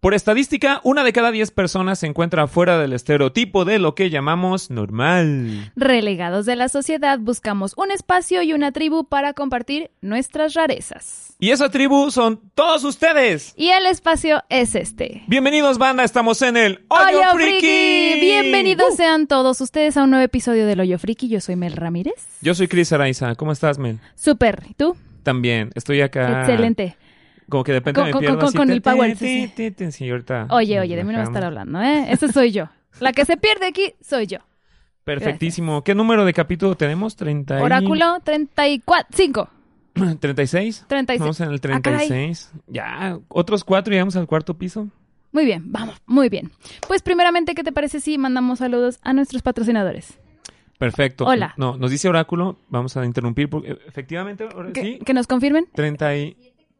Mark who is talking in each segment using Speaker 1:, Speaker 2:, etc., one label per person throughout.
Speaker 1: Por estadística, una de cada diez personas se encuentra fuera del estereotipo de lo que llamamos normal.
Speaker 2: Relegados de la sociedad, buscamos un espacio y una tribu para compartir nuestras rarezas.
Speaker 1: Y esa tribu son todos ustedes.
Speaker 2: Y el espacio es este.
Speaker 1: Bienvenidos, banda, estamos en el Hoyo,
Speaker 2: ¡Hoyo
Speaker 1: Friki.
Speaker 2: Friki! Bienvenidos
Speaker 1: Uh.
Speaker 2: sean todos ustedes a un nuevo episodio del Hoyo Friki. Yo soy Mel Ramírez.
Speaker 1: Yo soy Cris Araiza. ¿Cómo estás, Mel?
Speaker 2: Súper. ¿Y tú?
Speaker 1: También, estoy acá.
Speaker 2: Excelente.
Speaker 1: Como que depende
Speaker 2: Con-
Speaker 1: de mi
Speaker 2: con-
Speaker 1: pierna.
Speaker 2: con-
Speaker 1: así,
Speaker 2: con
Speaker 1: tin,
Speaker 2: el power,
Speaker 1: tin,
Speaker 2: sí, sí.
Speaker 1: tin, tin, sí, ahorita
Speaker 2: Oye,
Speaker 1: nos
Speaker 2: oye, de mí no va a estar
Speaker 1: relajamos.
Speaker 2: hablando, ¿eh? Esa soy yo. La que se pierde aquí soy yo.
Speaker 1: Perfectísimo. ¿Qué número de capítulo tenemos? ¿30 y-
Speaker 2: Oráculo 34, 5,
Speaker 1: ¿36?
Speaker 2: 36.
Speaker 1: Vamos en el
Speaker 2: Ah, caray.
Speaker 1: 36. ya, otros cuatro y llegamos al cuarto piso.
Speaker 2: Muy bien, vamos, muy bien. Pues primeramente, ¿qué te parece si mandamos saludos a nuestros patrocinadores?
Speaker 1: Perfecto.
Speaker 2: Hola.
Speaker 1: No, nos dice Oráculo, vamos a interrumpir porque eh, efectivamente, ahora
Speaker 2: ¿Que,
Speaker 1: Pues sí,
Speaker 2: que nos confirmen?
Speaker 1: 30 y...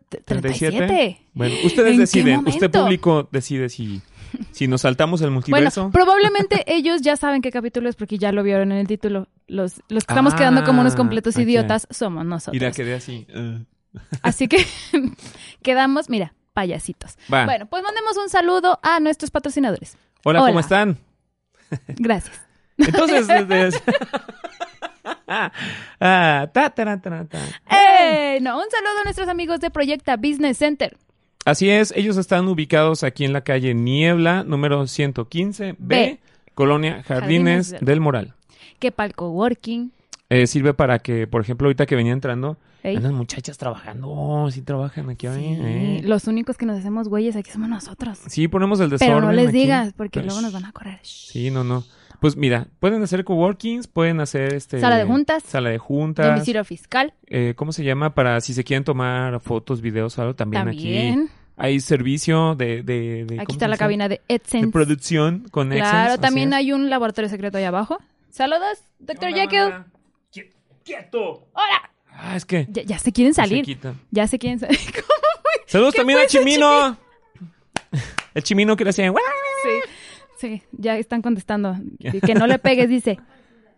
Speaker 2: T-
Speaker 1: 37.
Speaker 2: 37.
Speaker 1: Bueno,
Speaker 2: ¿En
Speaker 1: ustedes
Speaker 2: qué
Speaker 1: deciden, usted
Speaker 2: momento?
Speaker 1: público decide si, si nos saltamos el
Speaker 2: Bueno,
Speaker 1: multiverso.
Speaker 2: probablemente ellos ya saben qué capítulo es porque ya lo vieron en el título. Los, los que estamos
Speaker 1: Ah,
Speaker 2: quedando como unos completos
Speaker 1: ok.
Speaker 2: idiotas somos
Speaker 1: y la
Speaker 2: nosotros.
Speaker 1: quedé así. eh.
Speaker 2: Así que quedamos, mira, payasitos.
Speaker 1: Va.
Speaker 2: Bueno, pues mandemos un saludo a nuestros patrocinadores.
Speaker 1: hola, ¿cómo
Speaker 2: hola.
Speaker 1: están?
Speaker 2: Gracias.
Speaker 1: Entonces, desde- Ah, ta, ta, ta, ta.
Speaker 2: ¡Eh! No, un saludo a nuestros amigos de Proyecta Business Center.
Speaker 1: Así es, ellos están ubicados aquí en la calle Niebla, número 115B,
Speaker 2: B.
Speaker 1: Colonia Jardines,
Speaker 2: Jardines del-
Speaker 1: del Moral.
Speaker 2: Que palco working.
Speaker 1: Eh, sirve para que, por ejemplo, ahorita que venía entrando,
Speaker 2: ¿eh?
Speaker 1: andan muchachas trabajando, oh, sí trabajan aquí.
Speaker 2: Sí,
Speaker 1: eh. Sí,
Speaker 2: Los únicos que nos hacemos güeyes aquí somos nosotros.
Speaker 1: ponemos el desorden
Speaker 2: Pero no les
Speaker 1: Pues aquí.
Speaker 2: digas porque
Speaker 1: Pero,
Speaker 2: luego nos van a correr.
Speaker 1: Sí, no, no. Pues mira, pueden hacer coworkings, pueden hacer este...
Speaker 2: Sala de juntas.
Speaker 1: Sala de juntas.
Speaker 2: Domicilio fiscal.
Speaker 1: eh, ¿Cómo se llama? Para si se quieren tomar fotos, videos o algo, también, aquí.
Speaker 2: También.
Speaker 1: Hay servicio de... de, de-
Speaker 2: Aquí
Speaker 1: ¿cómo
Speaker 2: está
Speaker 1: se
Speaker 2: la
Speaker 1: dice?
Speaker 2: cabina de
Speaker 1: De
Speaker 2: AdSense.
Speaker 1: producción con
Speaker 2: Claro, también hay un laboratorio secreto ahí abajo. Saludos, doctor Jekyll.
Speaker 1: ¡Quieto!
Speaker 2: ¡Hola!
Speaker 1: Ah, es que...
Speaker 2: Ya, ya se quieren
Speaker 1: se
Speaker 2: salir.
Speaker 1: quita.
Speaker 2: Ya se quieren salir.
Speaker 1: Saludos
Speaker 2: ¿Qué
Speaker 1: también
Speaker 2: fue
Speaker 1: al
Speaker 2: eso,
Speaker 1: Chimino. El Chimino que le hacía...
Speaker 2: sí. Sí, ya están contestando. Y Que no le pegues, dice.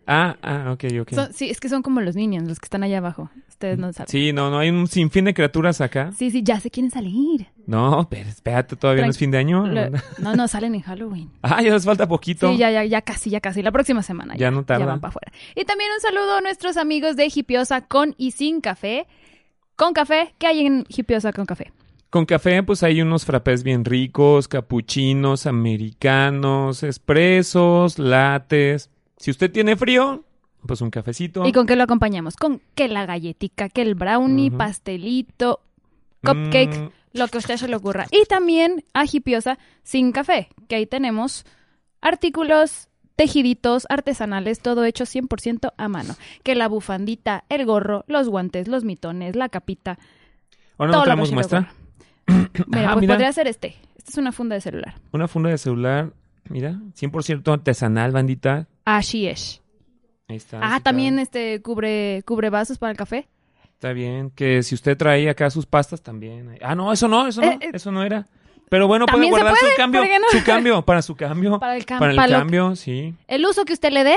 Speaker 1: Ah, ah, ok, ok. Mm,
Speaker 2: Son- sí, es que son como los niños, los que están allá abajo. Ustedes no saben.
Speaker 1: Sí, no, no, hay un sinfín de criaturas acá.
Speaker 2: Sí, sí, ya se quieren salir.
Speaker 1: No, pero espérate, todavía no es
Speaker 2: Tranqui-
Speaker 1: fin de año.
Speaker 2: Lo- no, no, salen en Halloween.
Speaker 1: Ah, ya les falta poquito.
Speaker 2: Sí, ya, ya, ya casi, ya casi. La próxima semana.
Speaker 1: Ya no tarda.
Speaker 2: Ya van para afuera. Y también un saludo a nuestros amigos de Hipiosa con y sin café. Con café, ¿qué hay en Hipiosa con café?
Speaker 1: Con café, pues hay unos frappés bien ricos, capuchinos, americanos, espresos, lates. Si usted tiene frío, pues un cafecito.
Speaker 2: ¿Y con qué lo acompañamos? Con que la galletica, que el brownie,
Speaker 1: Ujú.
Speaker 2: pastelito, cupcake,
Speaker 1: Mm,
Speaker 2: lo que a usted se le ocurra. Y también a Hipiosa sin café, que ahí tenemos artículos, tejiditos, artesanales, todo hecho 100% a mano. Que la bufandita, el gorro, los guantes, los mitones, la capita,
Speaker 1: Ahora no
Speaker 2: todo lo
Speaker 1: tenemos
Speaker 2: que se
Speaker 1: muestra.
Speaker 2: le ocurra. Mira,
Speaker 1: Ah,
Speaker 2: pues
Speaker 1: mira.
Speaker 2: podría ser este. Esta es una funda de celular.
Speaker 1: Una funda de celular, mira, 100% artesanal, bandita.
Speaker 2: Así es.
Speaker 1: Ahí está.
Speaker 2: Ah,
Speaker 1: sí,
Speaker 2: también
Speaker 1: está-
Speaker 2: este cubre, cubre vasos para el café.
Speaker 1: Está bien, que si usted trae acá sus pastas también. hay- Ah, no, eso no, eso no,
Speaker 2: Eh, eh.
Speaker 1: eso no era. Pero bueno, puede
Speaker 2: También se
Speaker 1: guardar su cambio,
Speaker 2: ¿por qué no?
Speaker 1: su cambio, para su cambio.
Speaker 2: Para el, cam-
Speaker 1: Para el
Speaker 2: para lo-
Speaker 1: cambio, sí.
Speaker 2: el uso que usted le dé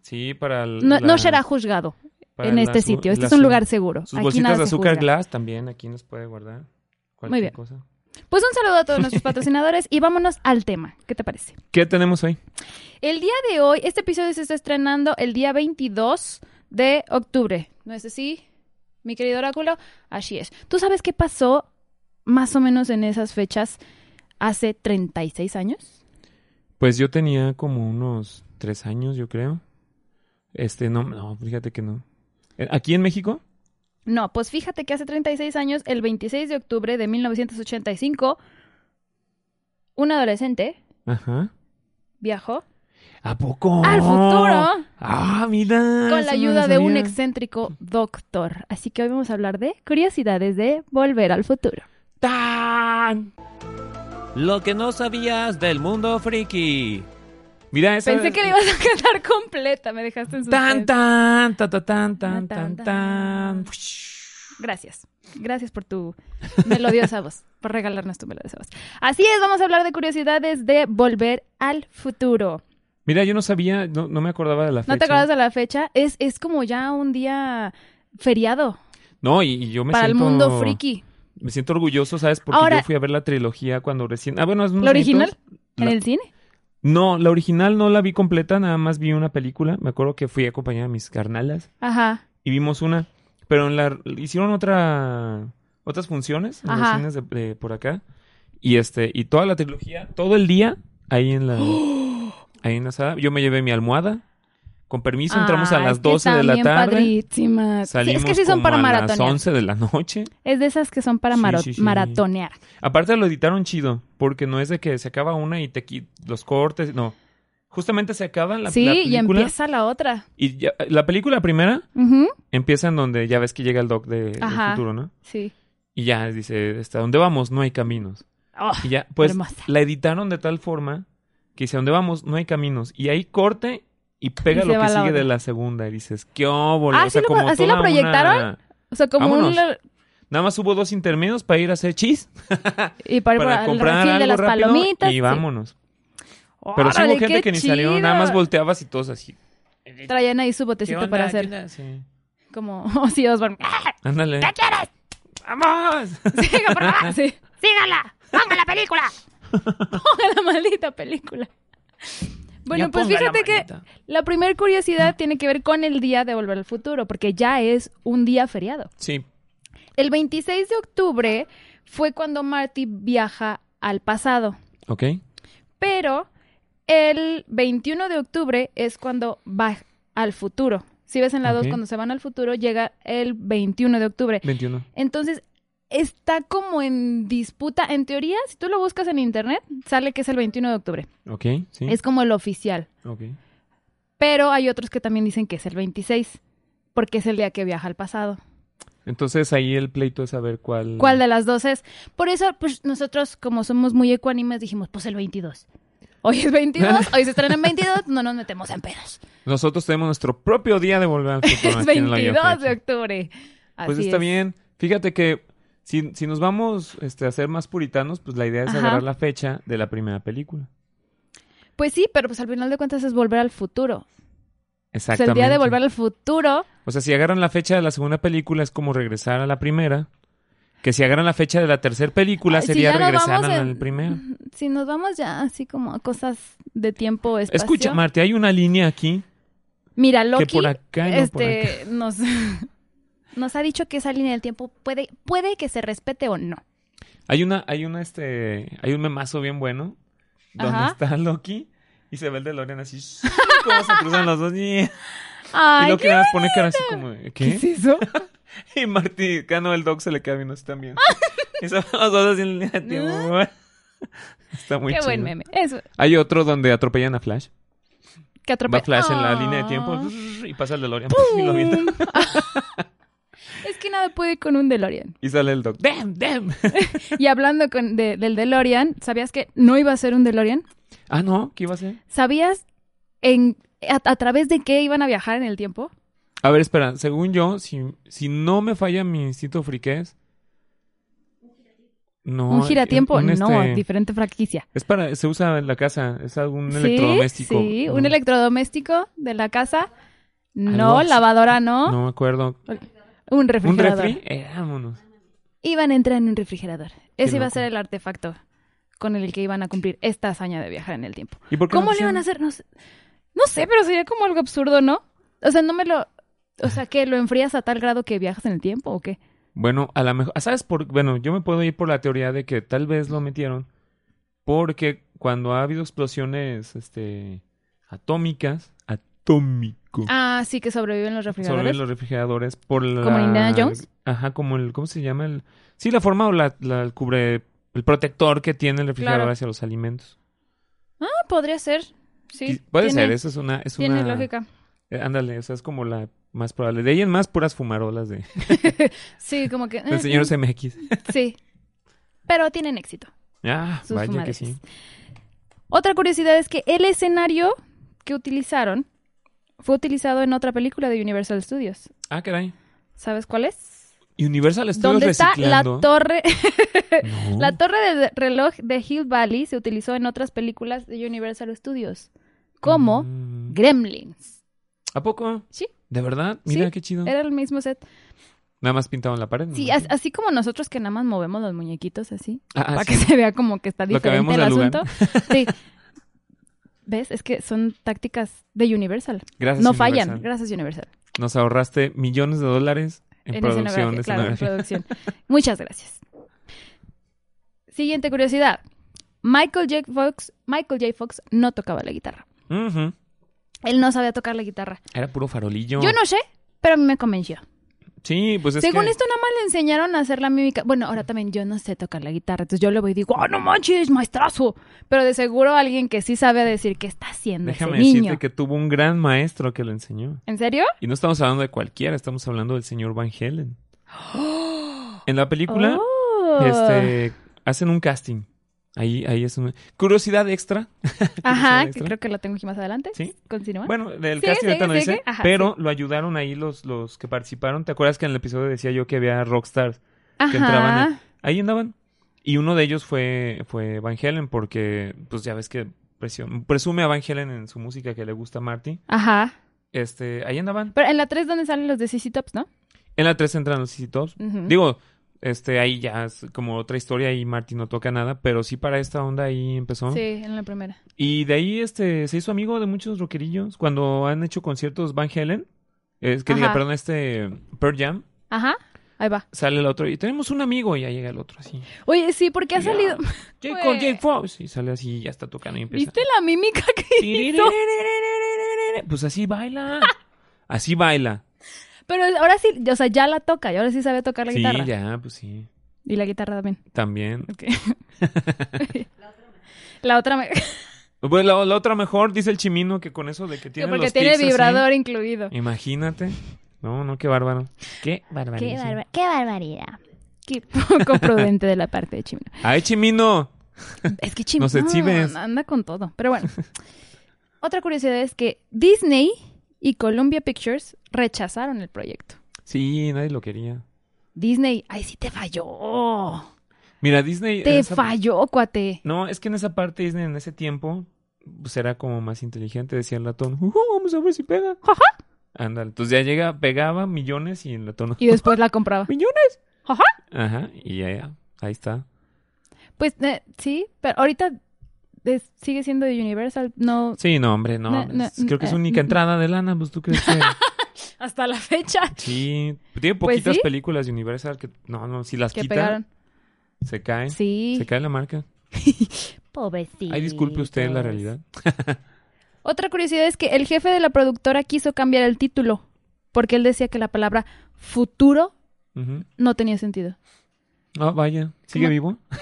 Speaker 1: Sí, para el.
Speaker 2: no,
Speaker 1: la-
Speaker 2: no será juzgado
Speaker 1: para
Speaker 2: en
Speaker 1: la
Speaker 2: este
Speaker 1: su-
Speaker 2: sitio. Este
Speaker 1: la
Speaker 2: es un
Speaker 1: su-
Speaker 2: lugar seguro.
Speaker 1: Sus
Speaker 2: Aquí
Speaker 1: bolsitas
Speaker 2: nada
Speaker 1: de
Speaker 2: se
Speaker 1: azúcar
Speaker 2: juzga.
Speaker 1: glass también aquí nos puede guardar. Cualquier
Speaker 2: bien.
Speaker 1: cosa.
Speaker 2: Pues un saludo a todos nuestros patrocinadores y vámonos al tema. ¿Qué te parece?
Speaker 1: ¿Qué tenemos hoy?
Speaker 2: El día de hoy, este episodio se está estrenando el día 22 de octubre. ¿No es así, mi querido oráculo? Así es. ¿Tú sabes qué pasó más o menos en esas fechas hace 36 años?
Speaker 1: Pues yo tenía como unos tres años, yo creo. Este, no, no, fíjate que no. Eh, ¿Aquí en México?
Speaker 2: No, pues fíjate que hace 36 años, el 26 de octubre de 1985, un adolescente
Speaker 1: Ajá.
Speaker 2: viajó
Speaker 1: ¿A poco?
Speaker 2: al futuro
Speaker 1: Ah, mira.
Speaker 2: con
Speaker 1: eso no
Speaker 2: la
Speaker 1: lo
Speaker 2: ayuda de un
Speaker 1: sabía.
Speaker 2: excéntrico doctor. Así que hoy vamos a hablar de curiosidades de volver al futuro.
Speaker 1: ¡Tan! Lo que no sabías del mundo friki. Mira esa.
Speaker 2: Pensé que le ibas a cantar completa, me dejaste en suspenso.
Speaker 1: Tan tan ta, ta, tan tan
Speaker 2: Tan,
Speaker 1: tan
Speaker 2: tan,
Speaker 1: tan.
Speaker 2: tan. Gracias. Gracias por tu melodiosa voz, por regalarnos tu melodiosa voz. Así es, vamos a hablar de curiosidades de volver al futuro.
Speaker 1: Mira, yo no sabía, no, no me acordaba de la fecha.
Speaker 2: ¿No te acuerdas de la fecha? Es, es como ya un día feriado
Speaker 1: No, y, y yo me
Speaker 2: para el
Speaker 1: siento-
Speaker 2: mundo friki.
Speaker 1: Me siento orgulloso, ¿sabes? Porque
Speaker 2: Ahora-
Speaker 1: yo fui a ver la trilogía cuando recién... Ah, bueno, es unos
Speaker 2: ¿La original?
Speaker 1: añitos.
Speaker 2: ¿En
Speaker 1: La-
Speaker 2: el cine?
Speaker 1: No, la original no la vi completa, nada más vi una película. Me acuerdo que fui acompañada de mis carnalas
Speaker 2: Ajá.
Speaker 1: y vimos una. Pero en la, hicieron otra, otras funciones en los
Speaker 2: Ajá.
Speaker 1: cines de, de por acá. Y este, y toda la trilogía, todo el día, ahí en la, ahí en la sala. Yo me llevé mi almohada. Con permiso, entramos a
Speaker 2: Ay,
Speaker 1: las
Speaker 2: que
Speaker 1: 12 de la
Speaker 2: también
Speaker 1: tarde.
Speaker 2: padrísimas. Sí,
Speaker 1: Salimos
Speaker 2: es que sí son
Speaker 1: como
Speaker 2: para
Speaker 1: a las
Speaker 2: maratonear.
Speaker 1: 11 de la noche.
Speaker 2: Es de esas que son para
Speaker 1: Sí,
Speaker 2: maro-
Speaker 1: sí, sí.
Speaker 2: maratonear.
Speaker 1: Aparte lo editaron chido, porque no es de que se acaba una y te quitan los cortes, no. Justamente se acaba la,
Speaker 2: sí,
Speaker 1: la
Speaker 2: y
Speaker 1: película.
Speaker 2: empieza la otra.
Speaker 1: Y ya- la película primera
Speaker 2: Ujú,
Speaker 1: empieza en donde ya ves que llega el doc de, del
Speaker 2: Ajá.
Speaker 1: futuro, ¿no?
Speaker 2: Sí.
Speaker 1: Y ya dice, ¿hasta dónde vamos? No hay caminos.
Speaker 2: Oh,
Speaker 1: Y ya, pues
Speaker 2: hermosa.
Speaker 1: la editaron de tal forma que dice, ¿a dónde vamos? No hay caminos. Y ahí corte y pega
Speaker 2: Y se
Speaker 1: lo que
Speaker 2: va la
Speaker 1: sigue
Speaker 2: otra.
Speaker 1: de la segunda. Y dices, ¿qué óvole?
Speaker 2: Ah,
Speaker 1: O sea,
Speaker 2: ¿sí lo-
Speaker 1: como
Speaker 2: así lo
Speaker 1: toda una-
Speaker 2: proyectaron? O sea, como un...
Speaker 1: Vámonos. Nada más hubo dos intermedios para ir a hacer chis,
Speaker 2: Y para, ir por
Speaker 1: para
Speaker 2: al
Speaker 1: comprar
Speaker 2: refil
Speaker 1: algo
Speaker 2: de las
Speaker 1: rápido
Speaker 2: palomitas.
Speaker 1: y
Speaker 2: sí.
Speaker 1: vámonos. Pero sí hubo
Speaker 2: Órale,
Speaker 1: gente
Speaker 2: qué
Speaker 1: que ni salió, nada
Speaker 2: chido.
Speaker 1: más volteabas y todos así.
Speaker 2: Traían ahí su
Speaker 1: ¿Qué
Speaker 2: botecito
Speaker 1: onda?
Speaker 2: para
Speaker 1: ¿Qué
Speaker 2: hacer
Speaker 1: onda? Sí.
Speaker 2: como oh, Ozzy Osbourne.
Speaker 1: Ándale.
Speaker 2: ¿Qué quieres?
Speaker 1: ¡Vamos!
Speaker 2: Siga por acá. Ah, Sí. Sígala. Ponga la película. Ponga la maldita película. Bueno,
Speaker 1: Ya
Speaker 2: pues
Speaker 1: ponga la
Speaker 2: fíjate que
Speaker 1: manita.
Speaker 2: la primera
Speaker 1: Ah.
Speaker 2: curiosidad tiene que ver con el día de Volver al Futuro, porque ya es un día feriado.
Speaker 1: Sí.
Speaker 2: El 26 de octubre fue cuando Marty viaja al pasado,
Speaker 1: Ok.
Speaker 2: pero el 21 de octubre es cuando va al futuro. Si ves en la 2,
Speaker 1: Ok.
Speaker 2: cuando se van al futuro, llega el 21 de octubre.
Speaker 1: 21.
Speaker 2: Entonces, está como en disputa. En teoría, si tú lo buscas en internet, sale que es el 21 de octubre.
Speaker 1: Ok. Sí.
Speaker 2: Es como el oficial.
Speaker 1: Ok.
Speaker 2: Pero hay otros que también dicen que es el 26, porque es el día que viaja al pasado.
Speaker 1: Entonces ahí el pleito es saber cuál.
Speaker 2: ¿Cuál de las dos es? Por eso, pues nosotros, como somos muy ecuánimes, dijimos, pues el 22. Hoy es 22, hoy se estrena en 22, no nos metemos en pedos.
Speaker 1: Nosotros tenemos nuestro propio día de volver al futuro.
Speaker 2: Es
Speaker 1: aquí en la
Speaker 2: 22 de
Speaker 1: Geofecha.
Speaker 2: octubre. Así
Speaker 1: Pues está
Speaker 2: es.
Speaker 1: bien. Fíjate que si, si nos vamos este, a ser más puritanos, pues la idea es
Speaker 2: Ajá.
Speaker 1: agarrar la fecha de la primera película.
Speaker 2: Pues sí, pero pues al final de cuentas es volver al futuro. O sea,
Speaker 1: Exactamente.
Speaker 2: el día de volver al futuro
Speaker 1: O sea, si agarran la fecha de la segunda película es como regresar a la primera. Que si agarran la fecha de la tercera película
Speaker 2: Ay, si
Speaker 1: sería
Speaker 2: ya nos
Speaker 1: regresar
Speaker 2: vamos
Speaker 1: a
Speaker 2: en-
Speaker 1: la primera.
Speaker 2: Si nos vamos ya así como a cosas de tiempo, espacio.
Speaker 1: Escucha, Marte, hay una línea aquí
Speaker 2: Mira, Loki
Speaker 1: que por acá no por acá.
Speaker 2: este, nos, nos ha dicho que esa línea del tiempo puede, puede que se respete o no.
Speaker 1: Hay una, hay una, este, hay un memazo bien bueno donde
Speaker 2: Ajá.
Speaker 1: está Loki y se ve el DeLorean así, cómo se cruzan los dos y, y
Speaker 2: Ay,
Speaker 1: Loki
Speaker 2: ¿qué,
Speaker 1: nada más pone cara así como,
Speaker 2: qué
Speaker 1: ¿qué?
Speaker 2: es eso?
Speaker 1: Y Marty, Cano el Doc se le queda viendo así también. y se ven los dos así en línea de tiempo. Está muy
Speaker 2: Ah. qué
Speaker 1: chido.
Speaker 2: buen meme. Eso,
Speaker 1: Hay otro donde atropellan a Flash.
Speaker 2: que
Speaker 1: Va
Speaker 2: atropella.
Speaker 1: Flash en la
Speaker 2: Ah.
Speaker 1: línea de tiempo y pasa el DeLorean y lo avienta.
Speaker 2: Pum. es que nada puede con un DeLorean.
Speaker 1: Y sale el Doc, ¡damn, damn!
Speaker 2: Y hablando con, de- del DeLorean, ¿sabías que no iba a ser un DeLorean?
Speaker 1: ah, no, ¿qué iba a ser?
Speaker 2: ¿Sabías en, a- a través de qué iban a viajar en el tiempo?
Speaker 1: A ver, espera, según yo, si, si no me falla mi instinto friqués. No.
Speaker 2: un giratiempo,
Speaker 1: un,
Speaker 2: no,
Speaker 1: este,
Speaker 2: diferente franquicia.
Speaker 1: es para, se usa en la casa, es algún
Speaker 2: Sí,
Speaker 1: electrodoméstico.
Speaker 2: Sí,
Speaker 1: no,
Speaker 2: un electrodoméstico de la casa.
Speaker 1: Algo
Speaker 2: No,
Speaker 1: así.
Speaker 2: lavadora no.
Speaker 1: No me acuerdo.
Speaker 2: Un
Speaker 1: ¿Un
Speaker 2: refrigerador.
Speaker 1: refri? Eh, vámonos.
Speaker 2: Iban a entrar en un refrigerador. Ese iba a
Speaker 1: loco.
Speaker 2: ser el artefacto con el que iban a cumplir esta hazaña de viajar en el tiempo.
Speaker 1: ¿Y por qué no
Speaker 2: ¿Cómo le
Speaker 1: pusieron?
Speaker 2: iban a hacer? No sé, no sé, pero sería como algo absurdo, ¿no? O sea, no me lo... O sea, que lo enfrías a tal grado que viajas en el tiempo o qué?
Speaker 1: Bueno, a lo mejor. ah, ¿Sabes por Bueno, yo me puedo ir por la teoría de que tal vez lo metieron. Porque cuando ha habido explosiones este, atómicas. Atómico.
Speaker 2: Ah, sí, que sobreviven los refrigeradores.
Speaker 1: Sobreviven los refrigeradores por la...
Speaker 2: ¿Como en Indiana Jones?
Speaker 1: Ajá, como el... ¿Cómo se llama? el Sí, la forma o la, la- el cubre... El protector que tiene el refrigerador
Speaker 2: Claro.
Speaker 1: hacia los alimentos.
Speaker 2: Ah, podría ser. Sí.
Speaker 1: Y puede
Speaker 2: tiene-
Speaker 1: ser, eso es una... Es
Speaker 2: Tiene
Speaker 1: una-
Speaker 2: lógica.
Speaker 1: eh, ándale, o sea, es como la más probable. De ahí en más, puras fumarolas de,
Speaker 2: Sí, como que...
Speaker 1: del señor CMX.
Speaker 2: Sí. Pero tienen éxito.
Speaker 1: Ah,
Speaker 2: Sus
Speaker 1: vaya que
Speaker 2: fumadores.
Speaker 1: sí.
Speaker 2: Otra curiosidad es que el escenario que utilizaron fue utilizado en otra película de Universal Studios.
Speaker 1: Ah, caray.
Speaker 2: ¿Sabes cuál es?
Speaker 1: Universal Studios
Speaker 2: Donde está la
Speaker 1: reciclando. Oh.
Speaker 2: torre,
Speaker 1: No.
Speaker 2: la torre del reloj de Hill Valley se utilizó en otras películas de Universal Studios, como
Speaker 1: Mm.
Speaker 2: Gremlins.
Speaker 1: ¿A poco?
Speaker 2: Sí.
Speaker 1: ¿De verdad? Mira,
Speaker 2: Sí,
Speaker 1: qué chido.
Speaker 2: Era el mismo set.
Speaker 1: Nada más pintaban la pared. ¿no?
Speaker 2: Sí, as- así como nosotros que nada más movemos los muñequitos así,
Speaker 1: Ah, ah,
Speaker 2: para
Speaker 1: sí.
Speaker 2: que se vea como que está
Speaker 1: Lo que vemos
Speaker 2: diferente el
Speaker 1: de Lugan.
Speaker 2: asunto. Sí. ¿Ves? Es que son tácticas de Universal.
Speaker 1: Gracias,
Speaker 2: no
Speaker 1: Universal.
Speaker 2: fallan, gracias Universal.
Speaker 1: Nos ahorraste millones de dólares en, producción de
Speaker 2: escenografía, claro, en
Speaker 1: escenografía.
Speaker 2: producción. Muchas gracias. Siguiente curiosidad. Michael J. Fox, Michael J. Fox no tocaba la guitarra.
Speaker 1: Ujú.
Speaker 2: Él no sabía tocar la guitarra.
Speaker 1: Era puro farolillo.
Speaker 2: Yo no sé, pero a mí me convenció.
Speaker 1: Sí, pues es
Speaker 2: Según
Speaker 1: que...
Speaker 2: esto, nada más le enseñaron a hacer la mímica. Bueno, ahora también yo no sé tocar la guitarra, entonces yo lo veo y digo, ¡ah, no manches, maestrazo! Pero de seguro alguien que sí sabe decir qué está haciendo
Speaker 1: Déjame
Speaker 2: ese niño.
Speaker 1: decirte que tuvo un gran maestro que le enseñó.
Speaker 2: ¿En serio?
Speaker 1: Y no estamos hablando de cualquiera, estamos hablando del señor Van Helen. En la película,
Speaker 2: Oh.
Speaker 1: este, hacen un casting. Ahí, ahí es una... Curiosidad extra.
Speaker 2: Ajá, que
Speaker 1: extra.
Speaker 2: creo que lo tengo aquí más adelante.
Speaker 1: Sí.
Speaker 2: Continúa.
Speaker 1: Bueno, del
Speaker 2: Sigue,
Speaker 1: casting ahorita
Speaker 2: sigue,
Speaker 1: no
Speaker 2: sigue.
Speaker 1: dice,
Speaker 2: Ajá,
Speaker 1: pero lo ayudaron ahí los, los que participaron. ¿Te acuerdas que en el episodio decía yo que había rockstars? que entraban
Speaker 2: Ajá.
Speaker 1: Ahí andaban. Y uno de ellos fue, fue Van Helen porque, pues ya ves que presio- presume a Van Helen en su música que le gusta a Marty.
Speaker 2: Ajá.
Speaker 1: Este, ahí andaban.
Speaker 2: Pero en la 3 donde salen los de CC Tops, ¿no?
Speaker 1: En la 3 entran los CC Tops.
Speaker 2: Ujú.
Speaker 1: Digo, este, ahí ya es como otra historia y Marty no toca nada, pero sí para esta onda ahí empezó.
Speaker 2: Sí, en la primera.
Speaker 1: Y de ahí este se hizo amigo de muchos rockerillos. Cuando han hecho conciertos Van Helen, es que diga,
Speaker 2: Ajá.
Speaker 1: perdón, este Pearl Jam,
Speaker 2: Ajá. Ahí va.
Speaker 1: sale el otro y tenemos un amigo y ya llega el otro así.
Speaker 2: Oye, sí, porque ha
Speaker 1: Ya.
Speaker 2: salido.
Speaker 1: J.
Speaker 2: Güey.
Speaker 1: Cole, J. Fox. Y sale así y ya está tocando y empieza.
Speaker 2: ¿Viste la mímica que hizo?
Speaker 1: Pues así baila. Así baila.
Speaker 2: Pero ahora sí, o sea, ya la toca. Y ahora sí sabe tocar la
Speaker 1: Sí,
Speaker 2: guitarra.
Speaker 1: ya, pues sí.
Speaker 2: Y la guitarra también.
Speaker 1: También.
Speaker 2: Ok. la otra me...
Speaker 1: Pues la, la otra mejor, dice el chimino, que con eso de que tiene
Speaker 2: porque
Speaker 1: los
Speaker 2: tiene
Speaker 1: tics así.
Speaker 2: vibrador incluido.
Speaker 1: Imagínate. No, no, qué bárbaro. Qué bárbaro.
Speaker 3: Qué, barba- qué barbaridad.
Speaker 2: Qué poco prudente de la parte de Chimino.
Speaker 1: ¡Ay, chimino!
Speaker 2: Es que Chimino
Speaker 1: Nos exhibes.
Speaker 2: anda con todo. Pero bueno. Otra curiosidad es que Disney y Columbia Pictures rechazaron el proyecto.
Speaker 1: Sí, nadie lo quería.
Speaker 2: Disney, ay, sí te falló.
Speaker 1: Mira, Disney. en
Speaker 2: Te
Speaker 1: esa-
Speaker 2: falló, cuate.
Speaker 1: No, es que en esa parte Disney en ese tiempo pues era como más inteligente, decía el ratón. "Ujú, vamos a ver si pega. Ándale, entonces ya llega, pegaba millones y el ratón.
Speaker 2: Y después la compraba.
Speaker 1: ¡Millones!
Speaker 2: Ajá.
Speaker 1: Ajá, y ya, ya, ahí está.
Speaker 2: Pues eh, sí, pero ahorita es- sigue siendo de Universal. No,
Speaker 1: Sí, no, hombre, no.
Speaker 2: No,
Speaker 1: hombre,
Speaker 2: no,
Speaker 1: es- creo que es
Speaker 2: eh,
Speaker 1: única
Speaker 2: mm,
Speaker 1: entrada de lana, pues tú crees que.
Speaker 2: hasta la fecha
Speaker 1: sí, tiene
Speaker 2: Pues
Speaker 1: poquitas
Speaker 2: sí.
Speaker 1: películas de Universal que. No, no, si las
Speaker 2: que
Speaker 1: quita,
Speaker 2: pegaron.
Speaker 1: se cae.
Speaker 2: Sí.
Speaker 1: Se cae la marca.
Speaker 3: Pobrecito.
Speaker 1: Ay, disculpe usted la realidad.
Speaker 2: Otra curiosidad es que el jefe de la productora quiso cambiar el título porque él decía que la palabra futuro
Speaker 1: Ujú.
Speaker 2: no tenía sentido.
Speaker 1: Ah, vaya. ¿Sigue
Speaker 2: ¿Cómo?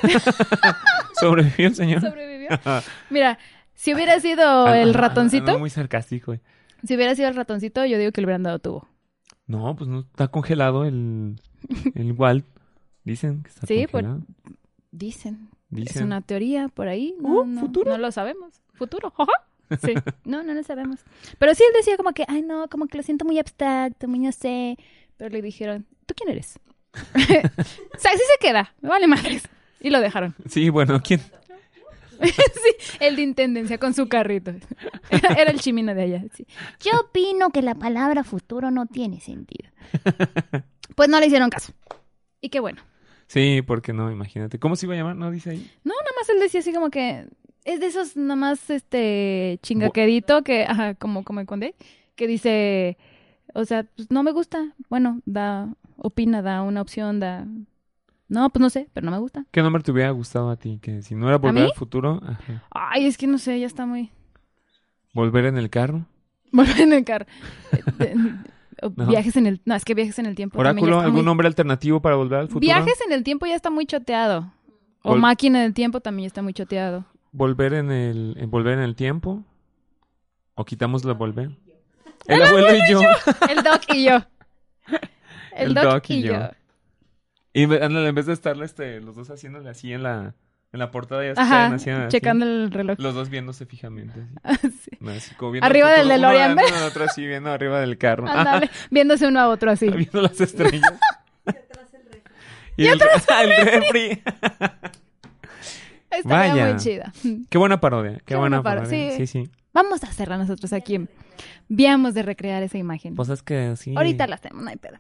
Speaker 1: vivo? ¿Sobrevivió el señor?
Speaker 2: ¿Sobrevivió? Mira, si hubiera sido
Speaker 1: Ah,
Speaker 2: el
Speaker 1: ah, ah, ah,
Speaker 2: ratoncito,
Speaker 1: muy sarcástico. eh.
Speaker 2: si hubiera sido el ratoncito, yo digo que le hubieran dado tubo.
Speaker 1: No, pues no está congelado el, el Walt. Dicen que está
Speaker 2: Sí, pues,
Speaker 1: congelado.
Speaker 2: Dicen.
Speaker 1: Dicen.
Speaker 2: Es una teoría por ahí. No,
Speaker 1: Uh,
Speaker 2: no,
Speaker 1: futuro.
Speaker 2: no lo sabemos. Futuro. ajá. Sí.
Speaker 3: No, no lo sabemos. Pero sí él decía como que, ay no, como que lo siento muy abstracto, muy no sé.
Speaker 2: Pero le dijeron, ¿tú quién eres? o sea, así se queda. Me vale madres. Y lo dejaron.
Speaker 1: Sí, bueno, ¿quién?
Speaker 2: sí, el de intendencia con su carrito. Era, era el chimino de allá. sí.
Speaker 3: Yo opino que la palabra futuro no tiene sentido.
Speaker 2: Pues no le hicieron caso. Y qué bueno.
Speaker 1: Sí, porque no, imagínate. ¿Cómo se iba a llamar? No dice ahí.
Speaker 2: Nomás él decía así como que es de esos nomás este chingaquerito que, ajá, como, como el conde, que dice, o sea, pues no me gusta. Bueno, da, opina, da una opción, da. No, pues no sé, pero no me gusta.
Speaker 1: ¿Qué nombre te hubiera gustado a ti? Que si no era
Speaker 2: mí?
Speaker 1: Volver al Futuro, ajá.
Speaker 2: Ay, es que no sé, ya está muy.
Speaker 1: Volver en el carro.
Speaker 2: Volver en el carro. Eh, eh, o
Speaker 1: No.
Speaker 2: Viajes en el. No, es que viajes en el tiempo. también Pues ya
Speaker 1: Oráculo,
Speaker 2: está
Speaker 1: ¿algún
Speaker 2: muy-
Speaker 1: nombre alternativo para Volver al Futuro?
Speaker 2: Viajes en el tiempo ya está muy choteado. O
Speaker 1: Vol-
Speaker 2: máquina del tiempo también ya está muy choteado.
Speaker 1: Volver en el, en Volver en el tiempo. ¿O quitamos la Volver? El abuelo y yo.
Speaker 2: El Doc y yo.
Speaker 1: El Doc y yo. Y ve- ándale, en vez de estar este, los dos haciéndole así en la, en la portada, ya se
Speaker 2: Ajá,
Speaker 1: quedan así, así.
Speaker 2: checando el reloj. Ah,
Speaker 1: Los dos viéndose fijamente. así.
Speaker 2: Así.
Speaker 1: No, así como viendo
Speaker 2: Arriba
Speaker 1: el futuro,
Speaker 2: del
Speaker 1: uno
Speaker 2: DeLorean.
Speaker 1: adelante, el otro así viendo arriba del carro.
Speaker 2: Ándale, viéndose uno a otro así.
Speaker 1: Ajá, viendo las estrellas. Y atrás el refri. Y el, refri.
Speaker 2: Estaría
Speaker 1: Vaya.
Speaker 2: muy chida.
Speaker 1: Qué buena parodia. Qué,
Speaker 2: Qué
Speaker 1: buena,
Speaker 2: buena paro-
Speaker 1: parodia. Sí,
Speaker 2: sí.
Speaker 1: sí.
Speaker 2: Vamos a hacerla nosotros aquí. Veamos de recrear esa imagen.
Speaker 1: Pues es que sí.
Speaker 2: Ahorita las tenemos, no hay pedo.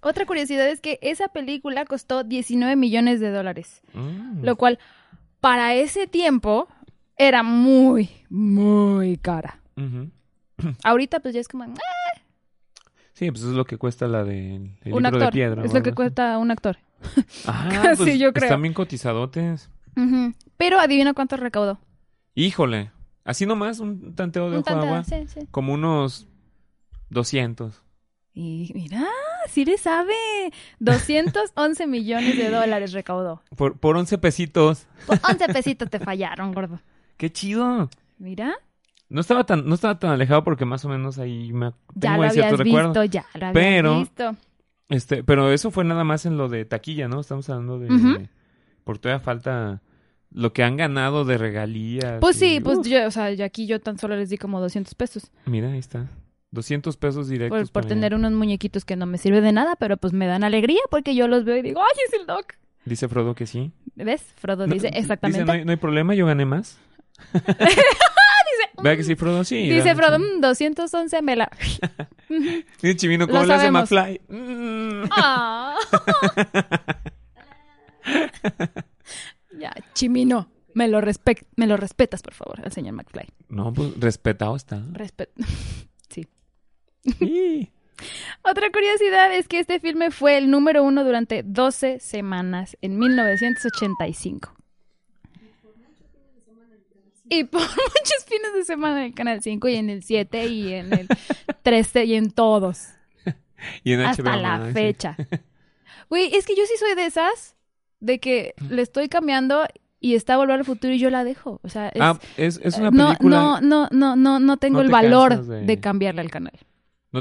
Speaker 2: Otra curiosidad es que esa película costó 19 millones de dólares,
Speaker 1: Mm.
Speaker 2: lo cual para ese tiempo era muy, muy cara.
Speaker 1: Ujú. Mm.
Speaker 2: Ahorita pues ya es como, "Ah,
Speaker 1: Sí, pues es lo que cuesta la del el libro
Speaker 2: un
Speaker 1: de
Speaker 2: actor.
Speaker 1: piedra.
Speaker 2: es
Speaker 1: o
Speaker 2: lo
Speaker 1: algo
Speaker 2: que
Speaker 1: así.
Speaker 2: cuesta un actor.
Speaker 1: Ah,
Speaker 2: Casi,
Speaker 1: pues,
Speaker 2: yo creo.
Speaker 1: Están bien cotizadotes.
Speaker 2: Ujú. Pero adivina cuánto recaudó.
Speaker 1: Híjole. Así nomás, un tanteo de
Speaker 2: Un
Speaker 1: ojo de
Speaker 2: tanta-
Speaker 1: agua.
Speaker 2: sí, sí.
Speaker 1: Como unos 200.
Speaker 2: Y mira, sí le sabe. 211 millones de dólares recaudó.
Speaker 1: Por, por 11 pesitos.
Speaker 2: Por 11 Pues pesitos te fallaron, gordo.
Speaker 1: ¡Qué chido!
Speaker 2: Mira,
Speaker 1: No estaba tan, no estaba tan alejado porque más o menos ahí me
Speaker 2: ya
Speaker 1: tengo
Speaker 2: lo
Speaker 1: ahí
Speaker 2: habías
Speaker 1: cierto recuerdo.
Speaker 2: visto, ya lo habías
Speaker 1: Pero-
Speaker 2: visto.
Speaker 1: Este, pero eso fue nada más en lo de taquilla, ¿no? Estamos hablando de
Speaker 2: Ujú.
Speaker 1: por toda falta lo que han ganado de regalías.
Speaker 2: Pues
Speaker 1: y-
Speaker 2: sí, pues
Speaker 1: Uf,
Speaker 2: yo, o sea, yo aquí yo tan solo les di como 200 pesos
Speaker 1: mira, ahí está. 200 pesos
Speaker 2: por,
Speaker 1: directos
Speaker 2: por
Speaker 1: para-
Speaker 2: tener unos muñequitos que no me sirve de nada, pero pues me dan alegría porque yo los veo y digo, ¡ay, es el Doc!
Speaker 1: Dice Frodo que sí.
Speaker 2: ¿Ves? Frodo
Speaker 1: No,
Speaker 2: dice
Speaker 1: Dice, no
Speaker 2: exactamente.
Speaker 1: hay, no hay problema, yo gané más. Vea que sí, Frodo, sí.
Speaker 2: Dice
Speaker 1: gané,
Speaker 2: Frodo,
Speaker 1: sí.
Speaker 2: "Mm, 211 me la...
Speaker 1: Dice Chivino,
Speaker 2: Lo
Speaker 1: ¿cómo le hace
Speaker 2: sabemos.
Speaker 1: McFly? Mm.
Speaker 2: Ah. ya, Chimino, me lo, respec- me lo respetas, por favor, al señor McFly.
Speaker 1: No, pues respetado está.
Speaker 2: Respet-
Speaker 1: Sí.
Speaker 2: Otra curiosidad es que este filme fue el número uno durante 12 semanas en 1985. Y por muchos fines de semana en el Canal 5 y en el 7 y en el 13 y en todos.
Speaker 1: Y en
Speaker 2: hasta
Speaker 1: HBO
Speaker 2: la
Speaker 1: Max, sí.
Speaker 2: fecha. Güey, es que yo sí soy de esas, de que le estoy cambiando y está Volver al Futuro y yo la dejo. O sea, es, eh,
Speaker 1: ah, es, es una
Speaker 2: no,
Speaker 1: película. No,
Speaker 2: no, no, no, no, no tengo
Speaker 1: No
Speaker 2: el
Speaker 1: te
Speaker 2: valor
Speaker 1: cansas
Speaker 2: de...
Speaker 1: de-
Speaker 2: cambiarle al canal.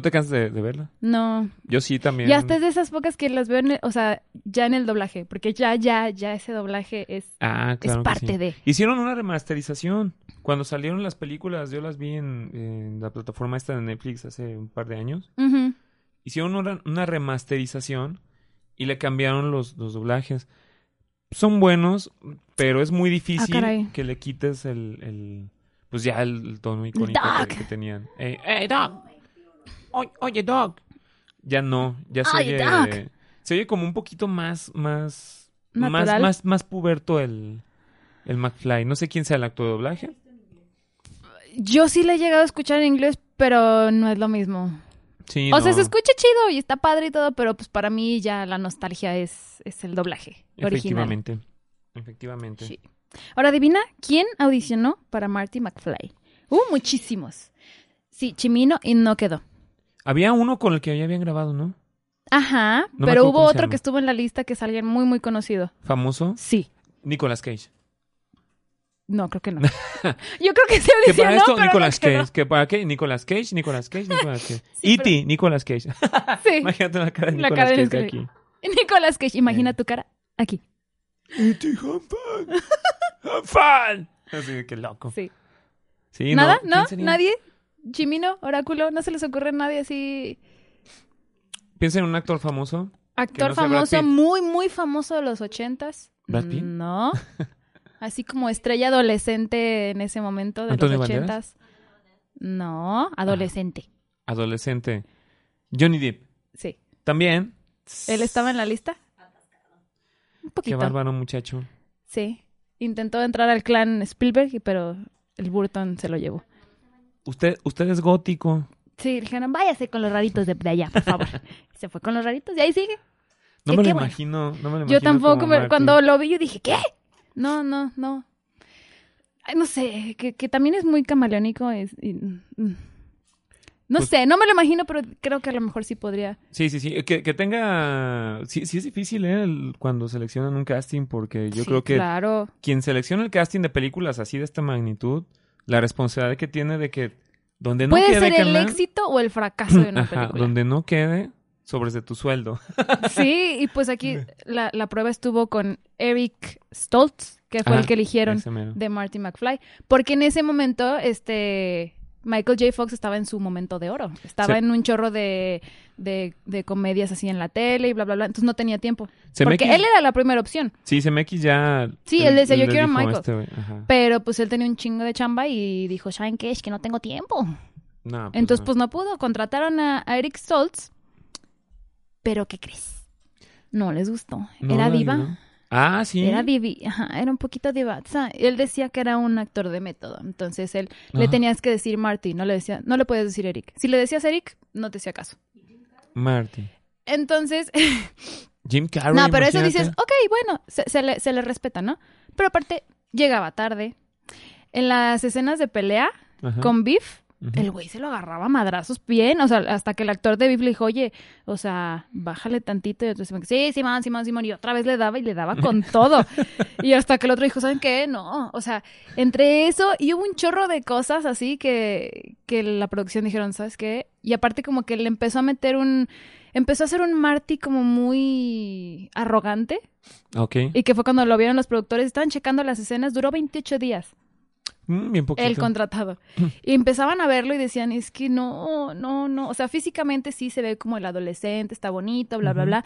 Speaker 1: te cansas de, de verla.
Speaker 2: No,
Speaker 1: Yo sí también.
Speaker 2: ya hasta es de esas pocas que las veo, en el- o sea, ya en el doblaje, porque ya, ya, ya ese doblaje es,
Speaker 1: Ah, claro.
Speaker 2: es
Speaker 1: que
Speaker 2: parte
Speaker 1: sí.
Speaker 2: de...
Speaker 1: Hicieron una remasterización. Cuando salieron las películas, yo las vi en, en la plataforma esta de Netflix hace un par de años.
Speaker 2: Ujú.
Speaker 1: Hicieron una, una remasterización y le cambiaron los, los doblajes. Son buenos, pero es muy difícil
Speaker 2: Ah, caray.
Speaker 1: que le quites el, el- pues ya el, el tono icónico
Speaker 2: Doc.
Speaker 1: que, que tenían. Eh, eh, Doc. Oy- Oye, Doc. Ya no, ya se
Speaker 2: Ay,
Speaker 1: oye,
Speaker 2: Doc.
Speaker 1: se oye como un poquito más, más, más,
Speaker 2: Natural.
Speaker 1: más, más puberto el, el McFly. No sé quién sea el actor de doblaje.
Speaker 2: Yo sí la he llegado a escuchar en inglés, pero no es lo mismo.
Speaker 1: Sí,
Speaker 2: O sea,
Speaker 1: no.
Speaker 2: se escucha chido y está padre y todo, pero pues para mí ya la nostalgia es, es el doblaje original.
Speaker 1: Efectivamente. Efectivamente.
Speaker 2: Sí. Ahora adivina quién audicionó para Marty McFly. Uh, muchísimos. Sí, Chimino y no quedó.
Speaker 1: Había uno con el que ya habían grabado, ¿no?
Speaker 2: Ajá,
Speaker 1: No me
Speaker 2: pero
Speaker 1: acuerdo
Speaker 2: hubo
Speaker 1: cómo se
Speaker 2: otro
Speaker 1: llama.
Speaker 2: que estuvo en la lista que es alguien muy, muy conocido.
Speaker 1: Famoso.
Speaker 2: Sí.
Speaker 1: Nicolas Cage.
Speaker 2: No, creo que no. Yo creo que se
Speaker 1: Que para
Speaker 2: audicionó,
Speaker 1: esto,
Speaker 2: pero
Speaker 1: Nicolas
Speaker 2: no quedó.
Speaker 1: Cage. Que para qué, Nicolas Cage, Nicolas Cage, Nicolas Cage.
Speaker 2: Sí,
Speaker 1: E.T., Nicolas Cage.
Speaker 2: Sí.
Speaker 1: Imagínate la cara de
Speaker 2: La
Speaker 1: Nicolas
Speaker 2: cara de
Speaker 1: Cage
Speaker 2: Nicolas
Speaker 1: aquí.
Speaker 2: Nicolas Cage, imagina
Speaker 1: Eh.
Speaker 2: tu cara aquí.
Speaker 1: E.T., Hanfan. Hanfan. Así de que loco.
Speaker 2: Sí.
Speaker 1: Sí,
Speaker 2: ¿Nada?
Speaker 1: ¿quién
Speaker 2: ¿No?
Speaker 1: sería?
Speaker 2: ¿Nadie? Chimino, Oráculo, no se les ocurre a nadie así.
Speaker 1: Piensa en un actor famoso.
Speaker 2: Actor
Speaker 1: no sea Brad
Speaker 2: famoso,
Speaker 1: Pitt.
Speaker 2: muy, muy famoso de los ochentas.
Speaker 1: ¿Brad Pitt?
Speaker 2: No. Así como estrella adolescente en ese momento de
Speaker 1: ¿Antonio
Speaker 2: los
Speaker 1: Banderas?
Speaker 2: ochentas. No, adolescente.
Speaker 1: Adolescente. Johnny Depp.
Speaker 2: Sí.
Speaker 1: También.
Speaker 2: ¿Él estaba en la lista? Un
Speaker 1: Ah. Qué
Speaker 2: poquito.
Speaker 1: bárbaro, muchacho.
Speaker 2: Sí. Intentó entrar al clan Spielberg, pero el Burton se lo llevó.
Speaker 1: Usted, usted es gótico.
Speaker 2: Sí, le dijeron, váyase con los raritos de, de allá, por favor. Se fue con los raritos y ahí sigue.
Speaker 1: No me
Speaker 2: Que
Speaker 1: lo
Speaker 2: qué bueno.
Speaker 1: imagino. No me lo imagino
Speaker 2: Yo tampoco,
Speaker 1: como
Speaker 2: me-
Speaker 1: Marty.
Speaker 2: cuando lo vi, yo dije, ¿qué? No, no, no. Ay, no sé, que, que también es muy camaleónico. es- y- mm. no
Speaker 1: Pues-
Speaker 2: sé, no me lo imagino, pero creo que a lo mejor sí podría.
Speaker 1: Sí, sí, sí. Que, que tenga. Sí, sí, es difícil, ¿eh? El- Cuando seleccionan un casting, porque yo
Speaker 2: Sí,
Speaker 1: creo que
Speaker 2: Claro.
Speaker 1: quien selecciona el casting de películas así de esta magnitud, la responsabilidad que tiene de que donde no
Speaker 2: Puede
Speaker 1: quede
Speaker 2: ser el
Speaker 1: carnal,
Speaker 2: éxito o el fracaso de una
Speaker 1: ajá,
Speaker 2: película.
Speaker 1: donde no quede, sobres de tu sueldo.
Speaker 2: Sí, y pues aquí la, la prueba estuvo con Eric Stoltz, que fue
Speaker 1: Ajá,
Speaker 2: el que eligieron
Speaker 1: Ese mero.
Speaker 2: de Marty McFly. Porque en ese momento, este. Michael J. Fox estaba en su momento de oro. Estaba
Speaker 1: Sí.
Speaker 2: en un chorro de, de, de comedias así en la tele y bla, bla, bla. Entonces no tenía tiempo.
Speaker 1: CMX,
Speaker 2: porque él era la primera opción.
Speaker 1: Sí, CMX ya.
Speaker 2: Sí, él decía, yo
Speaker 1: le
Speaker 2: quiero a
Speaker 1: dijo
Speaker 2: Michael.
Speaker 1: este güey, ajá.
Speaker 2: Pero pues él tenía un chingo de chamba y dijo, ¿saben qué? Es que no tengo tiempo.
Speaker 1: No, pues
Speaker 2: Entonces
Speaker 1: no.
Speaker 2: pues no pudo. Contrataron a, a Eric Stoltz Pero ¿qué crees? No les gustó.
Speaker 1: No,
Speaker 2: era
Speaker 1: la
Speaker 2: viva.
Speaker 1: verdad. Ah, sí.
Speaker 2: Era Vivi, ajá, era un poquito divasa. Él decía que era un actor de método, entonces él le
Speaker 1: Ajá.
Speaker 2: tenías que decir Marty, no le decía, no le podías decir Eric. Si le decías Eric, no te hacía caso.
Speaker 1: Marty.
Speaker 2: Entonces,
Speaker 1: Jim Carrey.
Speaker 2: no, pero eso
Speaker 1: Ah, imagínate.
Speaker 2: dices, ok, bueno, se, se le, se le respeta, ¿no? Pero aparte, llegaba tarde. En las escenas de pelea
Speaker 1: Ajá.
Speaker 2: con Biff,
Speaker 1: Ujú.
Speaker 2: el güey se lo agarraba a madrazos bien, o sea, hasta que el actor de Biff le dijo, oye, o sea, bájale tantito, y otro se me sí, Simón, Simón, Simón, y otra vez le daba y le daba con todo, y hasta que el otro dijo, ¿saben qué? No, o sea, entre eso y hubo un chorro de cosas así que, que la producción dijeron, ¿sabes qué? Y aparte como que le empezó a meter un, empezó a hacer un Marty como muy arrogante,
Speaker 1: Ok.
Speaker 2: y que fue cuando lo vieron los productores, estaban checando las escenas, duró 28 días.
Speaker 1: Mm, bien poquito.
Speaker 2: El contratado. Y empezaban a verlo y decían, es que no, no, no. O sea, físicamente sí se ve como el adolescente, está bonito, bla, bla,
Speaker 1: Ujú.
Speaker 2: bla.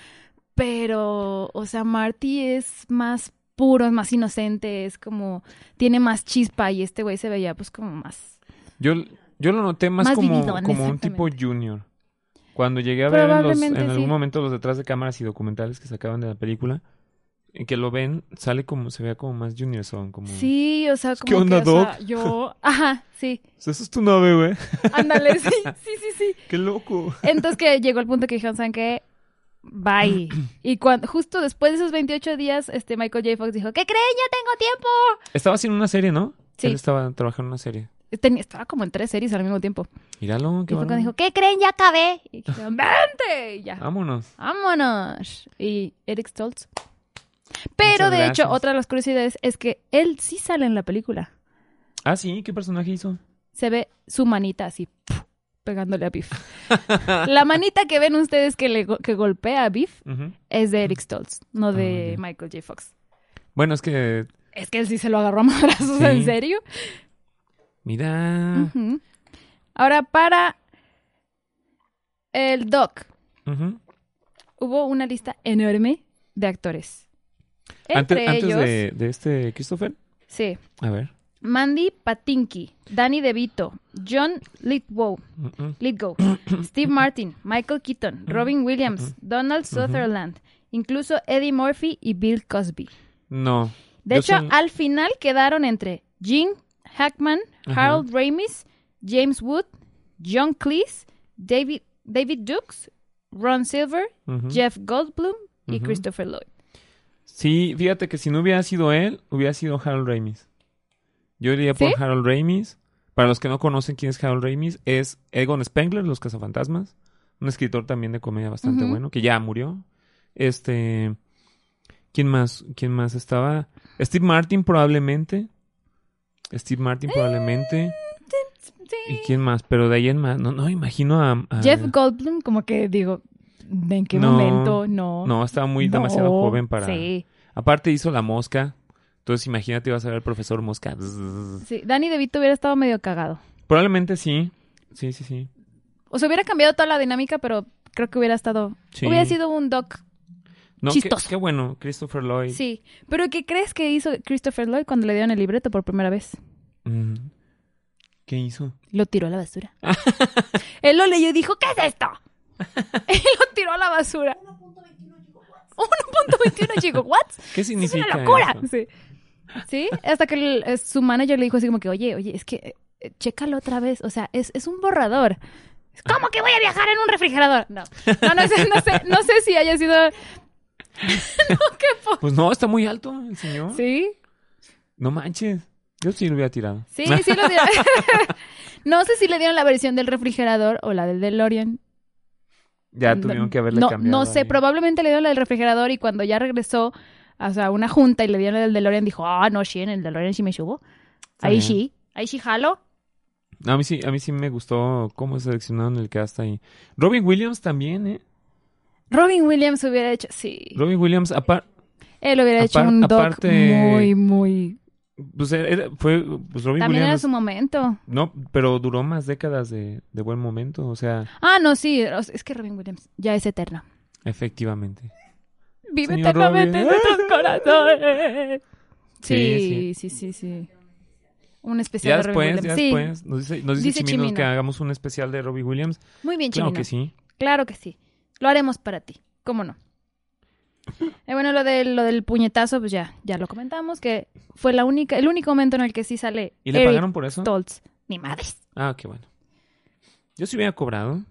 Speaker 2: Pero, o sea, Marty es más puro, es más inocente, es como, tiene más chispa y este güey se veía pues como más...
Speaker 1: Yo, yo lo noté más,
Speaker 2: Más
Speaker 1: como,
Speaker 2: vividón,
Speaker 1: como un tipo
Speaker 2: exactamente.
Speaker 1: junior. Cuando llegué a ver en, los- en
Speaker 2: Probablemente
Speaker 1: algún
Speaker 2: sí.
Speaker 1: momento los detrás de cámaras y documentales que sacaban de la película, en que lo ven, sale como, se vea como más junior son, como...
Speaker 2: Sí, o sea, como
Speaker 1: ¿Qué onda,
Speaker 2: que, o sea, yo... Ajá, sí.
Speaker 1: "O sea, Eso es tu nave, güey.
Speaker 2: Ándale, sí, sí, sí, sí.
Speaker 1: Qué loco.
Speaker 2: Entonces que llegó el punto que dijeron, ¿saben qué? Bye. Y cuando, justo después de esos 28 días, este Michael J. Fox dijo, ¿qué creen? Ya tengo tiempo.
Speaker 1: Estaba haciendo una serie, ¿no?
Speaker 2: Sí.
Speaker 1: Él estaba trabajando en una serie.
Speaker 2: Tenía- estaba como en tres series al mismo tiempo.
Speaker 1: Míralo,
Speaker 2: Y
Speaker 1: qué
Speaker 2: fue
Speaker 1: bueno.
Speaker 2: cuando
Speaker 1: Ah.
Speaker 2: dijo, ¿qué creen? Ya acabé. Y dijeron, vente. Y ya.
Speaker 1: Vámonos.
Speaker 2: Vámonos. Y Eric Stoltz. Pero
Speaker 1: Muchas
Speaker 2: de hecho,
Speaker 1: gracias.
Speaker 2: otra de las curiosidades es que él sí sale en la película.
Speaker 1: Ah, sí, ¿qué personaje hizo?
Speaker 2: Se ve su manita así, ¡puf! pegándole a Biff. la manita que ven ustedes que, le, go- que golpea a Biff
Speaker 1: Ujú.
Speaker 2: es de Eric Stoltz, no de
Speaker 1: Ah, ya.
Speaker 2: Michael J. Fox.
Speaker 1: Bueno, es que...
Speaker 2: Es que él sí se lo agarró a madrazos,
Speaker 1: Sí. Ah.
Speaker 2: ¿en serio?
Speaker 1: Mira...
Speaker 2: Ujú. Ahora, para el doc,
Speaker 1: Ujú.
Speaker 2: hubo una lista enorme de actores.
Speaker 1: Antes,
Speaker 2: Entre
Speaker 1: antes
Speaker 2: ellos,
Speaker 1: de, de este Christopher.
Speaker 2: sí,
Speaker 1: A ver.
Speaker 2: Mandy Patinky, Danny DeVito, John Lithgow,
Speaker 1: Mm, mm.
Speaker 2: Lithgow, Steve Martin, Michael Keaton, Robin Williams, Donald Sutherland, incluso Eddie Murphy y Bill Cosby.
Speaker 1: No.
Speaker 2: De
Speaker 1: Yo
Speaker 2: hecho,
Speaker 1: soy-
Speaker 2: al final quedaron entre Jim Hackman,
Speaker 1: Ajá.
Speaker 2: Harold Ramis, James Wood, John Cleese, David, David Dukes, Ron Silver,
Speaker 1: Ujú.
Speaker 2: Jeff Goldblum y
Speaker 1: Ujú.
Speaker 2: Christopher Lloyd.
Speaker 1: Sí, fíjate que si no hubiera sido él, hubiera sido Harold Ramis. Yo iría por
Speaker 2: ¿Sí?
Speaker 1: Harold Ramis. Para los que no conocen quién es Harold Ramis, es Egon Spengler, Los Cazafantasmas. Un escritor también de comedia bastante
Speaker 2: Ujú.
Speaker 1: bueno, que ya murió. Este. ¿Quién más? ¿Quién más estaba? Steve Martin, probablemente. Steve
Speaker 2: Eh,
Speaker 1: Martin, probablemente. ¿Y quién más? Pero de ahí en más. No, no, imagino a. a-
Speaker 2: Jeff Goldblum, como que digo, ¿en qué
Speaker 1: Ah, No,
Speaker 2: momento? No.
Speaker 1: No, estaba muy demasiado
Speaker 2: no,
Speaker 1: joven para.
Speaker 2: Sí,
Speaker 1: Aparte hizo la mosca. Entonces imagínate, vas a ver al profesor mosca.
Speaker 2: sí. Danny DeVito hubiera estado medio cagado.
Speaker 1: Probablemente sí. Sí, sí, sí.
Speaker 2: O sea, hubiera cambiado toda la dinámica, pero creo que hubiera estado...
Speaker 1: Sí.
Speaker 2: Hubiera sido un doc.
Speaker 1: No, qué,
Speaker 2: chistoso.
Speaker 1: qué bueno, Christopher Lloyd.
Speaker 2: Sí. ¿Pero qué crees que hizo Christopher Lloyd cuando le dieron el libreto por primera vez?
Speaker 1: Mm. ¿Qué hizo?
Speaker 2: Lo tiró a la basura. Él lo leyó y dijo, ¿qué es esto? Él lo tiró a la basura. 1.21 gigawatts.
Speaker 1: ¿Qué
Speaker 2: Es
Speaker 1: significa?
Speaker 2: una locura.
Speaker 1: eso?
Speaker 2: Sí. Sí, hasta que el- eh, su manager le dijo así como que, oye, oye, es que eh, eh, chécalo otra vez. O sea, es, es un borrador. ¿Cómo que voy a viajar en un refrigerador? No, no, no, sé, no, sé, no sé si haya sido... no, qué po-
Speaker 1: Pues no, está muy alto el señor.
Speaker 2: Sí,
Speaker 1: No manches. Yo sí lo hubiera tirado.
Speaker 2: Sí, sí lo dieron. no sé si le dieron la versión del refrigerador o la del DeLorean.
Speaker 1: Ya
Speaker 2: No-
Speaker 1: tuvieron que haberle
Speaker 2: no,
Speaker 1: cambiado.
Speaker 2: No sé,
Speaker 1: ahí.
Speaker 2: probablemente le dieron la del refrigerador y cuando ya regresó o sea, a una junta y le dieron el del DeLorean, dijo, ah, no, sí, en el DeLorean sí me subo.
Speaker 1: Está
Speaker 2: Ahí
Speaker 1: bien.
Speaker 2: sí, ahí sí jalo.
Speaker 1: No, a mí sí, a mí sí me gustó cómo seleccionaron el cast ahí. Robin Williams también, ¿eh?
Speaker 2: Robin Williams hubiera hecho, sí,
Speaker 1: Robin Williams, aparte,
Speaker 2: él hubiera hecho
Speaker 1: apar-
Speaker 2: un doc
Speaker 1: aparte-
Speaker 2: muy, muy...
Speaker 1: pues era- era- fue, pues Robin
Speaker 2: También era
Speaker 1: Williams.
Speaker 2: su momento.
Speaker 1: No, pero duró más décadas de, de buen momento, o sea,
Speaker 2: Ah, no, sí, o sea, es que Robin Williams ya es eterno.
Speaker 1: efectivamente.
Speaker 2: Vive
Speaker 1: Señor
Speaker 2: eternamente en
Speaker 1: Robin.
Speaker 2: nuestros corazones.
Speaker 1: Sí,
Speaker 2: Sí, sí, sí, sí. Un especial
Speaker 1: Ya
Speaker 2: de Robin
Speaker 1: después,
Speaker 2: Williams.
Speaker 1: ya pues.
Speaker 2: sí.
Speaker 1: después, nos dice, nos dice
Speaker 2: Dice
Speaker 1: Chimino
Speaker 2: Chimino.
Speaker 1: que hagamos un especial de Robbie Williams.
Speaker 2: Muy bien,
Speaker 1: Claro
Speaker 2: Chimino.
Speaker 1: que sí.
Speaker 2: Claro que sí. Lo haremos para ti. ¿Cómo no? Eh, bueno, lo, de, lo del puñetazo, pues ya, ya lo comentamos, que fue la única, el único momento en el que sí sale
Speaker 1: ¿Y le
Speaker 2: Eric
Speaker 1: pagaron por eso?
Speaker 2: Stoltz. Ni madres.
Speaker 1: Ah, qué bueno. Yo sí hubiera cobrado.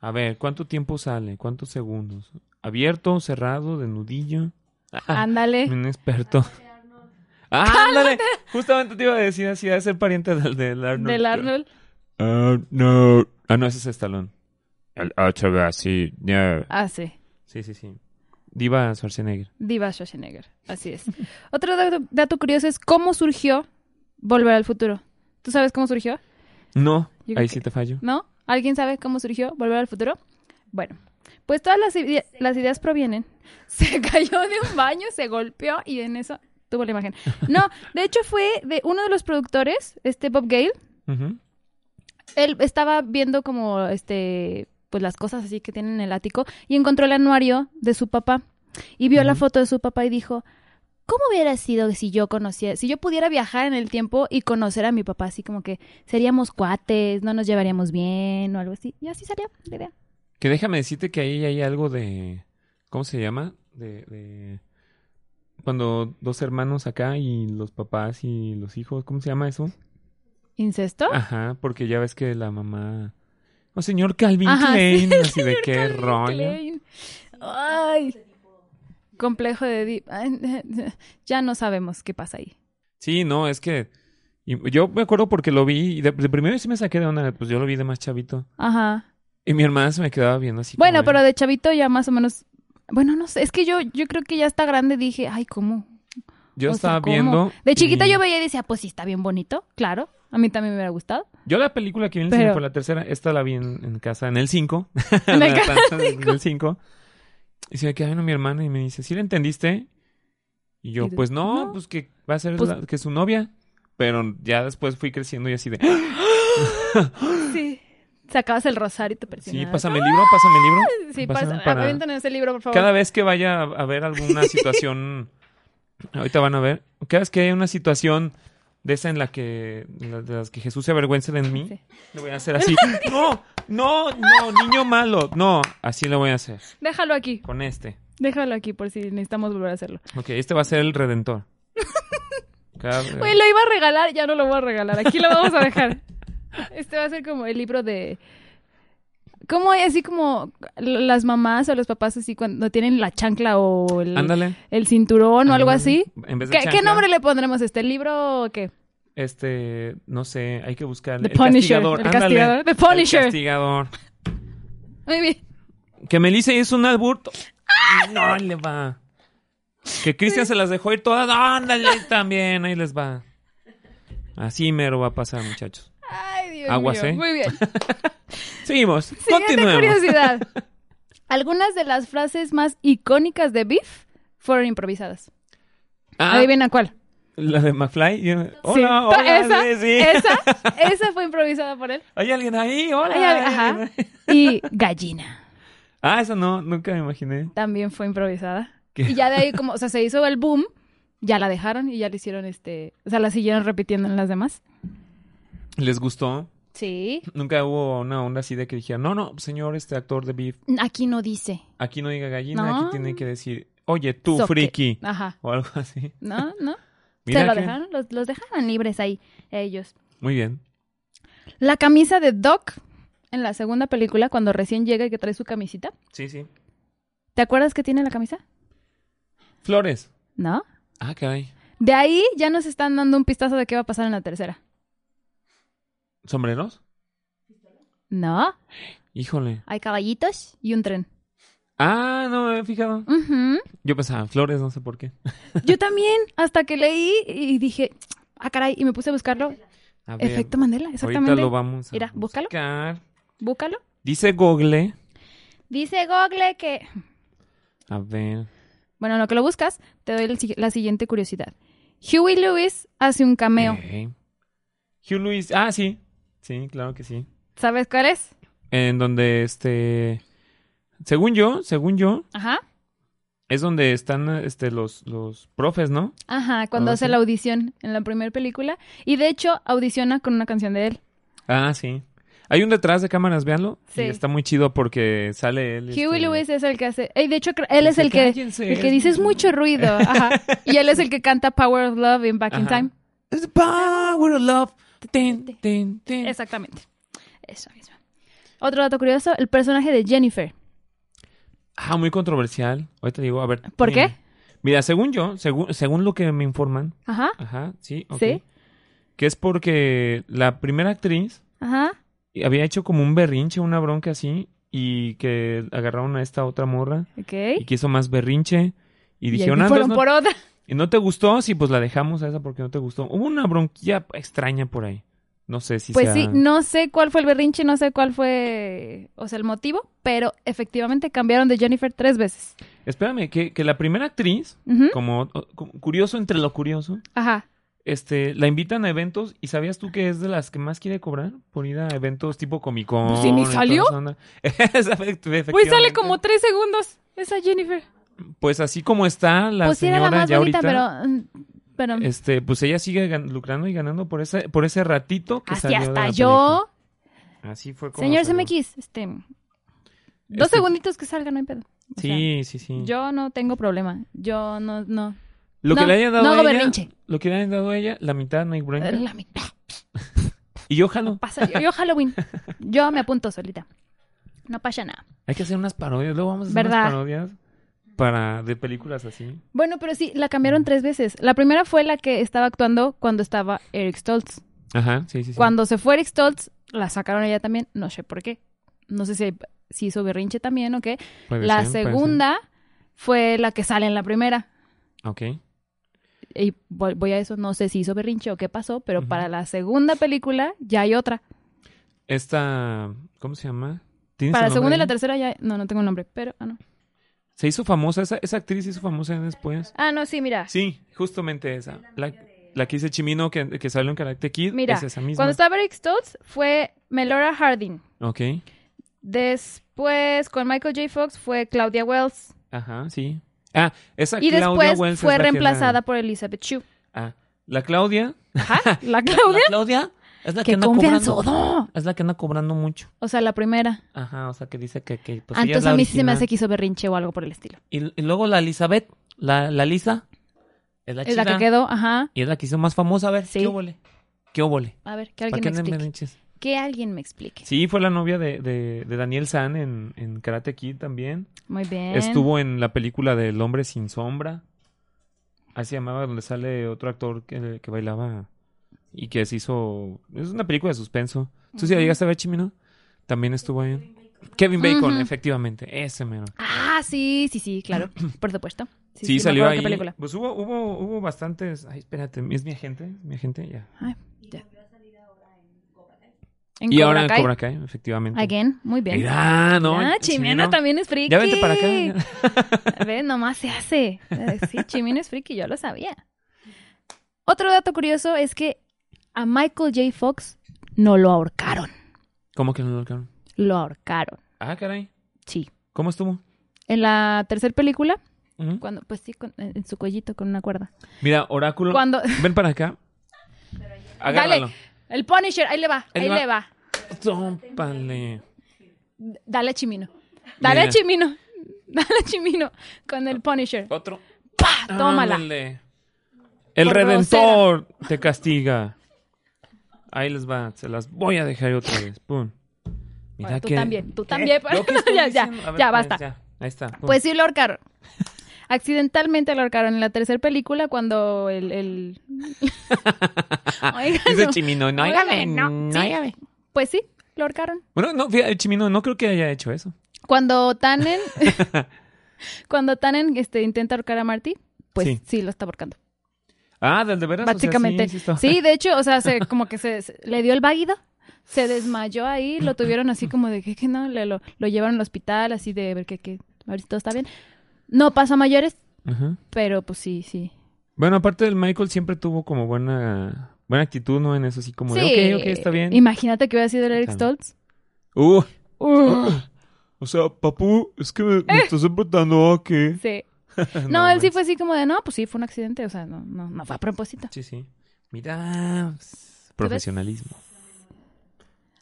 Speaker 1: A ver, ¿cuánto tiempo sale? ¿Cuántos segundos? ¿Abierto? ¿Cerrado? ¿Desnudillo? Ah,
Speaker 2: Ándale.
Speaker 1: un experto. ¡Ah, ándale! Justamente te iba a decir así, de ser pariente del, del Arnold.
Speaker 2: Del Arnold.
Speaker 1: Ah, no. Ah, no, ese es Stallone. El HB, sí. no.
Speaker 2: Ah, sí.
Speaker 1: Sí, sí, sí. Diva Schwarzenegger.
Speaker 2: Diva Schwarzenegger. Así es. Otro dato, dato curioso es cómo surgió Volver al Futuro. ¿Tú sabes cómo surgió?
Speaker 1: No,
Speaker 2: Yo creo
Speaker 1: ahí
Speaker 2: que-
Speaker 1: sí te fallo.
Speaker 2: ¿No? ¿Alguien sabe cómo surgió Volver al Futuro? Bueno, pues todas las, ide- las ideas provienen. Se cayó de un baño, se golpeó y en eso tuvo la imagen. No, de hecho fue de uno de los productores, este Bob Gale.
Speaker 1: Ujú.
Speaker 2: Él estaba viendo como este pues las cosas así que tienen en el ático y encontró el anuario de su papá y vio la
Speaker 1: Ujú.
Speaker 2: foto de su papá y dijo, ¿cómo hubiera sido si yo conocía, si yo pudiera viajar en el tiempo y conocer a mi papá así como que seríamos cuates, no nos llevaríamos bien o algo así? Y así salió la idea.
Speaker 1: Que déjame decirte que ahí hay algo de. ¿Cómo se llama? De. de- Cuando dos hermanos acá y los papás y los hijos, ¿cómo se llama eso?
Speaker 2: ¿Incesto?
Speaker 1: Ajá, porque ya ves que la mamá. Oh, señor Calvin
Speaker 2: Ajá,
Speaker 1: Klein, así de
Speaker 2: Señor
Speaker 1: qué
Speaker 2: Calvin
Speaker 1: rollo.
Speaker 2: Klein. Ay. Complejo de... Oedi- Ay, Ya no sabemos qué pasa ahí.
Speaker 1: Sí, no, es que. y yo me acuerdo porque lo vi y de, de primero sí me saqué de onda, pues yo lo vi de más chavito.
Speaker 2: Ajá.
Speaker 1: Y mi hermana se me quedaba viendo así.
Speaker 2: Bueno,
Speaker 1: como de-
Speaker 2: pero de chavito ya más o menos. Bueno, no sé, es que yo, yo creo que ya está grande dije, ay, ¿cómo?
Speaker 1: Yo
Speaker 2: o sea,
Speaker 1: estaba
Speaker 2: ¿cómo?
Speaker 1: viendo.
Speaker 2: De chiquita
Speaker 1: y-
Speaker 2: yo veía y decía, pues sí, está bien bonito, claro. A mí también me hubiera gustado.
Speaker 1: Yo la película que vi en el
Speaker 2: Pero-
Speaker 1: cine fue la tercera. Esta la vi en, en casa, en el 5.
Speaker 2: En el
Speaker 1: Tanto, en el 5. Y se me queda viendo mi hermana y me dice, ¿sí la entendiste? Y
Speaker 2: Y
Speaker 1: yo,
Speaker 2: de-
Speaker 1: pues no,
Speaker 2: no.
Speaker 1: pues que va a ser
Speaker 2: Pues-
Speaker 1: la- que su novia. Pero ya después fui creciendo y así de, "Ah,
Speaker 2: Sí. Sacabas el rosario y te
Speaker 1: sí,
Speaker 2: persinabas.
Speaker 1: pásame el libro, pásame el libro.
Speaker 2: Sí,
Speaker 1: pásame
Speaker 2: pasa.
Speaker 1: para-
Speaker 2: Avientan ese libro, por favor.
Speaker 1: Cada vez que vaya a, a ver alguna situación, ahorita van a ver, cada vez que hay una situación de esa en la que, la- de las que Jesús se avergüence de mí,
Speaker 2: Sí.
Speaker 1: le voy a hacer así. No, no, no, niño malo. No, así lo voy a hacer.
Speaker 2: Déjalo aquí,
Speaker 1: Con este.
Speaker 2: déjalo aquí por si necesitamos volver a hacerlo.
Speaker 1: Ok, este va a ser el redentor. Cada-
Speaker 2: Güey, lo iba a regalar, ya no lo voy a regalar. Aquí lo vamos a dejar. Este va a ser como el libro de. ¿Cómo hay así como l- las mamás o los papás así cuando tienen la chancla o el,
Speaker 1: Ándale.
Speaker 2: el cinturón o algo
Speaker 1: ándale.
Speaker 2: así?
Speaker 1: En vez de
Speaker 2: ¿Qué, qué
Speaker 1: chancla,
Speaker 2: nombre le pondremos a este libro o qué?
Speaker 1: Este, no sé, hay que buscar.
Speaker 2: The Punisher.
Speaker 1: castigador.
Speaker 2: El
Speaker 1: ándale.
Speaker 2: castigador. The
Speaker 1: El
Speaker 2: Punisher.
Speaker 1: castigador.
Speaker 2: Muy bien.
Speaker 1: Que Melissa es un alburto.
Speaker 2: Ah.
Speaker 1: No le va. Que Cristian se las dejó ir todas. Ándale también, ahí les va. Así mero va a pasar, muchachos.
Speaker 2: Ay, Dios
Speaker 1: Aguas,
Speaker 2: mío.
Speaker 1: ¿eh?
Speaker 2: Muy bien.
Speaker 1: Seguimos.
Speaker 2: Siguiente
Speaker 1: Continuemos.
Speaker 2: curiosidad. Algunas de las frases más icónicas de Beef fueron improvisadas.
Speaker 1: Ah,
Speaker 2: Adivina cuál.
Speaker 1: la de McFly. yo-
Speaker 2: Sí.
Speaker 1: Hola, hola.
Speaker 2: esa,
Speaker 1: sí, sí.
Speaker 2: esa, esa fue improvisada por él.
Speaker 1: ¿Hay alguien ahí? Hola.
Speaker 2: Ay,
Speaker 1: ¿hay
Speaker 2: ajá.
Speaker 1: alguien ahí?
Speaker 2: Y gallina
Speaker 1: Ah, esa no, nunca me imaginé.
Speaker 2: también fue improvisada.
Speaker 1: ¿Qué?
Speaker 2: Y ya de ahí, como, o sea, se hizo el boom, ya la dejaron y ya le hicieron este. O sea, la siguieron repitiendo en las demás.
Speaker 1: ¿Les gustó?
Speaker 2: Sí.
Speaker 1: Nunca hubo una onda así de que dijera, no, no, señor, este actor de beef,
Speaker 2: Aquí no dice.
Speaker 1: aquí no diga gallina,
Speaker 2: No.
Speaker 1: aquí tiene que decir, oye, tú,
Speaker 2: Soque.
Speaker 1: friki,
Speaker 2: Ajá.
Speaker 1: o algo así.
Speaker 2: No, no.
Speaker 1: Mira
Speaker 2: se lo
Speaker 1: que-
Speaker 2: dejaron, los, los dejaron libres ahí, ellos.
Speaker 1: Muy bien.
Speaker 2: La camisa de Doc en la segunda película, cuando recién llega y que trae su camisita.
Speaker 1: Sí, sí.
Speaker 2: ¿Te acuerdas que tiene la camisa?
Speaker 1: Flores.
Speaker 2: No.
Speaker 1: Ah, caray.
Speaker 2: De ahí ya nos están dando un pistazo de qué va a pasar en la tercera.
Speaker 1: ¿Sombreros?
Speaker 2: No.
Speaker 1: Híjole.
Speaker 2: Hay caballitos y un tren.
Speaker 1: Ah, no me había fijado.
Speaker 2: Ujú.
Speaker 1: Yo pensaba, flores, no sé por qué.
Speaker 2: Yo también, hasta que leí y dije, ah, caray, y me puse a buscarlo.
Speaker 1: A ver,
Speaker 2: Efecto Mandela,
Speaker 1: ahorita
Speaker 2: exactamente.
Speaker 1: lo vamos a
Speaker 2: Mira, búscalo.
Speaker 1: buscar.
Speaker 2: Búscalo.
Speaker 1: Dice Google.
Speaker 2: Dice Google que...
Speaker 1: A ver.
Speaker 2: Bueno, en lo que lo buscas, te doy el si- la siguiente curiosidad. Huey Lewis hace un cameo.
Speaker 1: Ok. Hugh Lewis. Ah, sí. Sí, claro que sí.
Speaker 2: ¿Sabes cuál es?
Speaker 1: En donde este. Según yo, según yo,
Speaker 2: Ajá.
Speaker 1: es donde están este, los, los profes, ¿no?
Speaker 2: Ajá, cuando
Speaker 1: Ah,
Speaker 2: hace
Speaker 1: sí.
Speaker 2: la audición en la primera película. Y de hecho, audiciona con una canción de él.
Speaker 1: Ah, sí. Hay un detrás de cámaras, véanlo.
Speaker 2: Sí.
Speaker 1: Y está muy chido porque sale él.
Speaker 2: Huey
Speaker 1: este,
Speaker 2: Lewis es el que hace. Ey, de hecho, cre- él es
Speaker 1: dice,
Speaker 2: el que,
Speaker 1: "Cállense,
Speaker 2: el que dice es mucho ruido. Ajá. Y él es el que canta Power of Love in Back in
Speaker 1: Ajá.
Speaker 2: Time.
Speaker 1: It's the power of love. Tin, tin, tin.
Speaker 2: Exactamente. Eso mismo. Otro dato curioso: el personaje de Jennifer.
Speaker 1: Ah, muy controversial. Ahorita digo, a ver.
Speaker 2: ¿Por
Speaker 1: eh,
Speaker 2: qué?
Speaker 1: Mira, según yo, según, según lo que me informan,
Speaker 2: Ajá.
Speaker 1: ajá, sí, ok.
Speaker 2: Sí.
Speaker 1: Que es porque la primera actriz
Speaker 2: Ajá.
Speaker 1: había hecho como un berrinche, una bronca así, y que agarraron a esta otra morra
Speaker 2: Ok.
Speaker 1: y que hizo más berrinche. Y,
Speaker 2: Y
Speaker 1: dijeron,
Speaker 2: ahí
Speaker 1: "Ah,
Speaker 2: fueron
Speaker 1: no,
Speaker 2: por otra.
Speaker 1: ¿Y no te gustó? Sí, pues la dejamos a esa porque no te gustó. Hubo una bronquilla extraña por ahí. No sé si
Speaker 2: Pues
Speaker 1: sea-
Speaker 2: sí, no sé cuál fue el berrinche, no sé cuál fue, o sea, el motivo, pero efectivamente cambiaron de Jennifer tres veces.
Speaker 1: Espérame, que, que la primera actriz,
Speaker 2: Ujú.
Speaker 1: como, o- como curioso entre lo curioso,
Speaker 2: Ajá.
Speaker 1: este, la invitan a eventos y ¿sabías tú que es de las que más quiere cobrar por ir a eventos tipo Comic Con?
Speaker 2: Pues sí, ni
Speaker 1: y toda
Speaker 2: salió.
Speaker 1: esa onda? Esa- efectivamente.
Speaker 2: Uy, sale como tres segundos esa Jennifer.
Speaker 1: Pues así como está la
Speaker 2: pues sí era
Speaker 1: señora
Speaker 2: la más
Speaker 1: ya
Speaker 2: bonita,
Speaker 1: ahorita,
Speaker 2: pero... mm, pero
Speaker 1: este, pues ella sigue gan- lucrando y ganando por ese, por ese ratito que
Speaker 2: así
Speaker 1: salió de
Speaker 2: hasta
Speaker 1: la
Speaker 2: yo.
Speaker 1: película. Así fue como
Speaker 2: Señor
Speaker 1: salió.
Speaker 2: CMX, este... Dos
Speaker 1: Este,
Speaker 2: segunditos que salga, no hay pedo. O sea,
Speaker 1: Sí, sí, sí.
Speaker 2: yo no tengo problema. Yo no, no.
Speaker 1: Lo que
Speaker 2: No,
Speaker 1: le hayan dado
Speaker 2: no hago
Speaker 1: a ella,
Speaker 2: berrinche.
Speaker 1: lo que le hayan dado a ella, la mitad no hay bronca.
Speaker 2: La mitad
Speaker 1: Y yo jalo.
Speaker 2: pasa. Yo, yo Halloween. Yo me apunto solita. No pasa nada.
Speaker 1: Hay que hacer unas parodias, luego vamos a hacer
Speaker 2: ¿Verdad?
Speaker 1: unas parodias para de películas así.
Speaker 2: Bueno, pero sí, la cambiaron
Speaker 1: Mm.
Speaker 2: tres veces. La primera fue la que estaba actuando cuando estaba Eric Stoltz.
Speaker 1: Ajá, sí, sí, sí.
Speaker 2: Cuando se fue Eric Stoltz, la sacaron ella también, no sé por qué. No sé si, si hizo berrinche también o qué.
Speaker 1: Puede
Speaker 2: La
Speaker 1: ser, puede ser.
Speaker 2: segunda fue la que sale en la primera.
Speaker 1: Ok.
Speaker 2: Y voy voy a eso, no sé si hizo berrinche o qué pasó, pero
Speaker 1: Ujú.
Speaker 2: para la segunda película ya hay otra.
Speaker 1: Esta, ¿cómo se llama? ¿Tienes
Speaker 2: Para
Speaker 1: el
Speaker 2: la
Speaker 1: nombre
Speaker 2: segunda y la
Speaker 1: ahí?
Speaker 2: tercera ya... No, no tengo un nombre, pero... Ah, no.
Speaker 1: Se hizo famosa, esa, esa actriz se hizo famosa ya después.
Speaker 2: Ah, no, sí, mira.
Speaker 1: Sí, justamente esa. La, la que hice Chimino, que, que salió en Karate Kid,
Speaker 2: Mira,
Speaker 1: es esa misma.
Speaker 2: Cuando estaba Eric Stoltz fue Melora Harding.
Speaker 1: Ok,
Speaker 2: Después con Michael J. Fox fue Claudia Wells.
Speaker 1: ajá, sí. Ah, esa
Speaker 2: Y
Speaker 1: Claudia
Speaker 2: después
Speaker 1: Wells es
Speaker 2: fue
Speaker 1: la que era-
Speaker 2: reemplazada por Elizabeth Chu.
Speaker 1: Ah, la Claudia
Speaker 2: Ajá, la Claudia.
Speaker 1: Claudia es la
Speaker 2: ¡Qué
Speaker 1: que anda cobrando.
Speaker 2: confianzudo!
Speaker 1: Es la que anda cobrando mucho.
Speaker 2: O sea, la primera.
Speaker 1: Ajá, o sea, que dice que, que pues
Speaker 2: Ah,
Speaker 1: ella es
Speaker 2: Entonces
Speaker 1: la
Speaker 2: a mí sí se me
Speaker 1: original.
Speaker 2: hace que hizo berrinche o algo por el estilo.
Speaker 1: Y, y luego la Elizabeth, la, la Lisa, es la
Speaker 2: Es
Speaker 1: chida.
Speaker 2: la que quedó, ajá.
Speaker 1: Y es la que hizo más famosa. A ver,
Speaker 2: Sí.
Speaker 1: ¿qué óvole? ¿Qué óvole?
Speaker 2: A ver, que
Speaker 1: ¿Para
Speaker 2: alguien
Speaker 1: qué
Speaker 2: me
Speaker 1: andan
Speaker 2: explique.
Speaker 1: berrinches?
Speaker 2: Que alguien me explique.
Speaker 1: Sí, fue la novia de, de- de Daniel San en, en Karate Kid también.
Speaker 2: Muy bien.
Speaker 1: Estuvo en la película del Hombre Sin Sombra. Así se llamaba, donde sale otro actor que, que bailaba y que se hizo... Es una película de suspenso. ¿Tú sí la llegaste a ver, Chimino? También estuvo ahí. Kevin Bacon,
Speaker 2: Ujú.
Speaker 1: efectivamente. Ese mero.
Speaker 2: Ah, sí, sí, sí, claro. Por supuesto.
Speaker 1: Sí,
Speaker 2: me
Speaker 1: salió
Speaker 2: acuerdo qué
Speaker 1: ahí.
Speaker 2: película.
Speaker 1: Pues hubo, hubo, hubo bastantes... Ay, espérate, ¿es mi agente? ¿Mi agente? Ya.
Speaker 2: Ay, ya. En
Speaker 1: Y
Speaker 2: Cobra
Speaker 1: ahora en
Speaker 2: Kai.
Speaker 1: Cobra Kai, efectivamente.
Speaker 2: Again, muy bien.
Speaker 1: Mira, no.
Speaker 2: ah, Chimena
Speaker 1: Chimino.
Speaker 2: también es friki.
Speaker 1: Ya vente para acá.
Speaker 2: Ve, nomás se hace. Eh, Sí, Chimino es friki, yo lo sabía. Otro dato curioso es que a Michael J. Fox no lo ahorcaron.
Speaker 1: ¿Cómo que no lo alcanzaron?
Speaker 2: Lo ahorcaron,
Speaker 1: Ah, caray.
Speaker 2: sí.
Speaker 1: ¿Cómo estuvo?
Speaker 2: En la tercera película,
Speaker 1: Ujú.
Speaker 2: cuando, pues sí, con- en en su cuellito con una cuerda.
Speaker 1: Mira, Oráculo.
Speaker 2: Cuando
Speaker 1: Ven para acá. Agárralo.
Speaker 2: el Punisher, ahí le va,
Speaker 1: Ahí
Speaker 2: ahí
Speaker 1: le
Speaker 2: le va.
Speaker 1: Tómpale.
Speaker 2: Dale a Chimino. Dale a
Speaker 1: Mira.
Speaker 2: Chimino. Dale a Chimino con el Punisher.
Speaker 1: Otro.
Speaker 2: ¡Pah! Tómala.
Speaker 1: Ándale. El
Speaker 2: Por
Speaker 1: Redentor te castiga. Ahí les va. Se las voy a dejar otra vez. Pum. Mira
Speaker 2: Bueno, tú
Speaker 1: que-
Speaker 2: también, tú
Speaker 1: ¿Qué?
Speaker 2: también.
Speaker 1: ¿Yo qué estoy
Speaker 2: Ya, ya,
Speaker 1: diciendo? A
Speaker 2: ya,
Speaker 1: pues,
Speaker 2: basta.
Speaker 1: ya. Ahí está. Pum.
Speaker 2: Pues sí, lo ahorcaron. Accidentalmente lo ahorcaron en la tercera película cuando el... el... Oigan,
Speaker 1: Ah, Dice
Speaker 2: no.
Speaker 1: Chimino, no hay
Speaker 2: Óigame,
Speaker 1: llave,
Speaker 2: no,
Speaker 1: no
Speaker 2: sí.
Speaker 1: hay llave.
Speaker 2: Pues sí, lo ahorcaron.
Speaker 1: Bueno, no, fíjate, Chimino, no creo que haya hecho eso.
Speaker 2: Cuando Tannen... cuando Tannen este, intenta ahorcar a Marty, pues sí,
Speaker 1: Sí.
Speaker 2: lo está ahorcando.
Speaker 1: Ah, del de veras. o sea, sí,
Speaker 2: Básicamente.
Speaker 1: sí estaba-
Speaker 2: sí, de hecho, o sea, se, como que se, se- le dio el váguido. Se desmayó ahí, lo tuvieron así como de que, que no, le- lo, lo llevaron al hospital, así de ver que, que a ver si todo está bien. No pasó a mayores,
Speaker 1: Ajá.
Speaker 2: pero pues sí, sí,
Speaker 1: Bueno, aparte del Michael siempre tuvo como buena buena actitud, ¿no? En eso así como de, ok, ok, está bien.
Speaker 2: Imagínate que hubiera sido el Eric
Speaker 1: Está bien.
Speaker 2: Stoltz.
Speaker 1: Uh,
Speaker 2: Uh,
Speaker 1: o sea, papu, es que me, me estás Ah, apretando a que...
Speaker 2: sí. Eh. No, él sí fue así como de, no, pues sí, fue un accidente. O sea, no, no, no fue a propósito.
Speaker 1: pues, Sí, sí. Mira, pss, profesionalismo.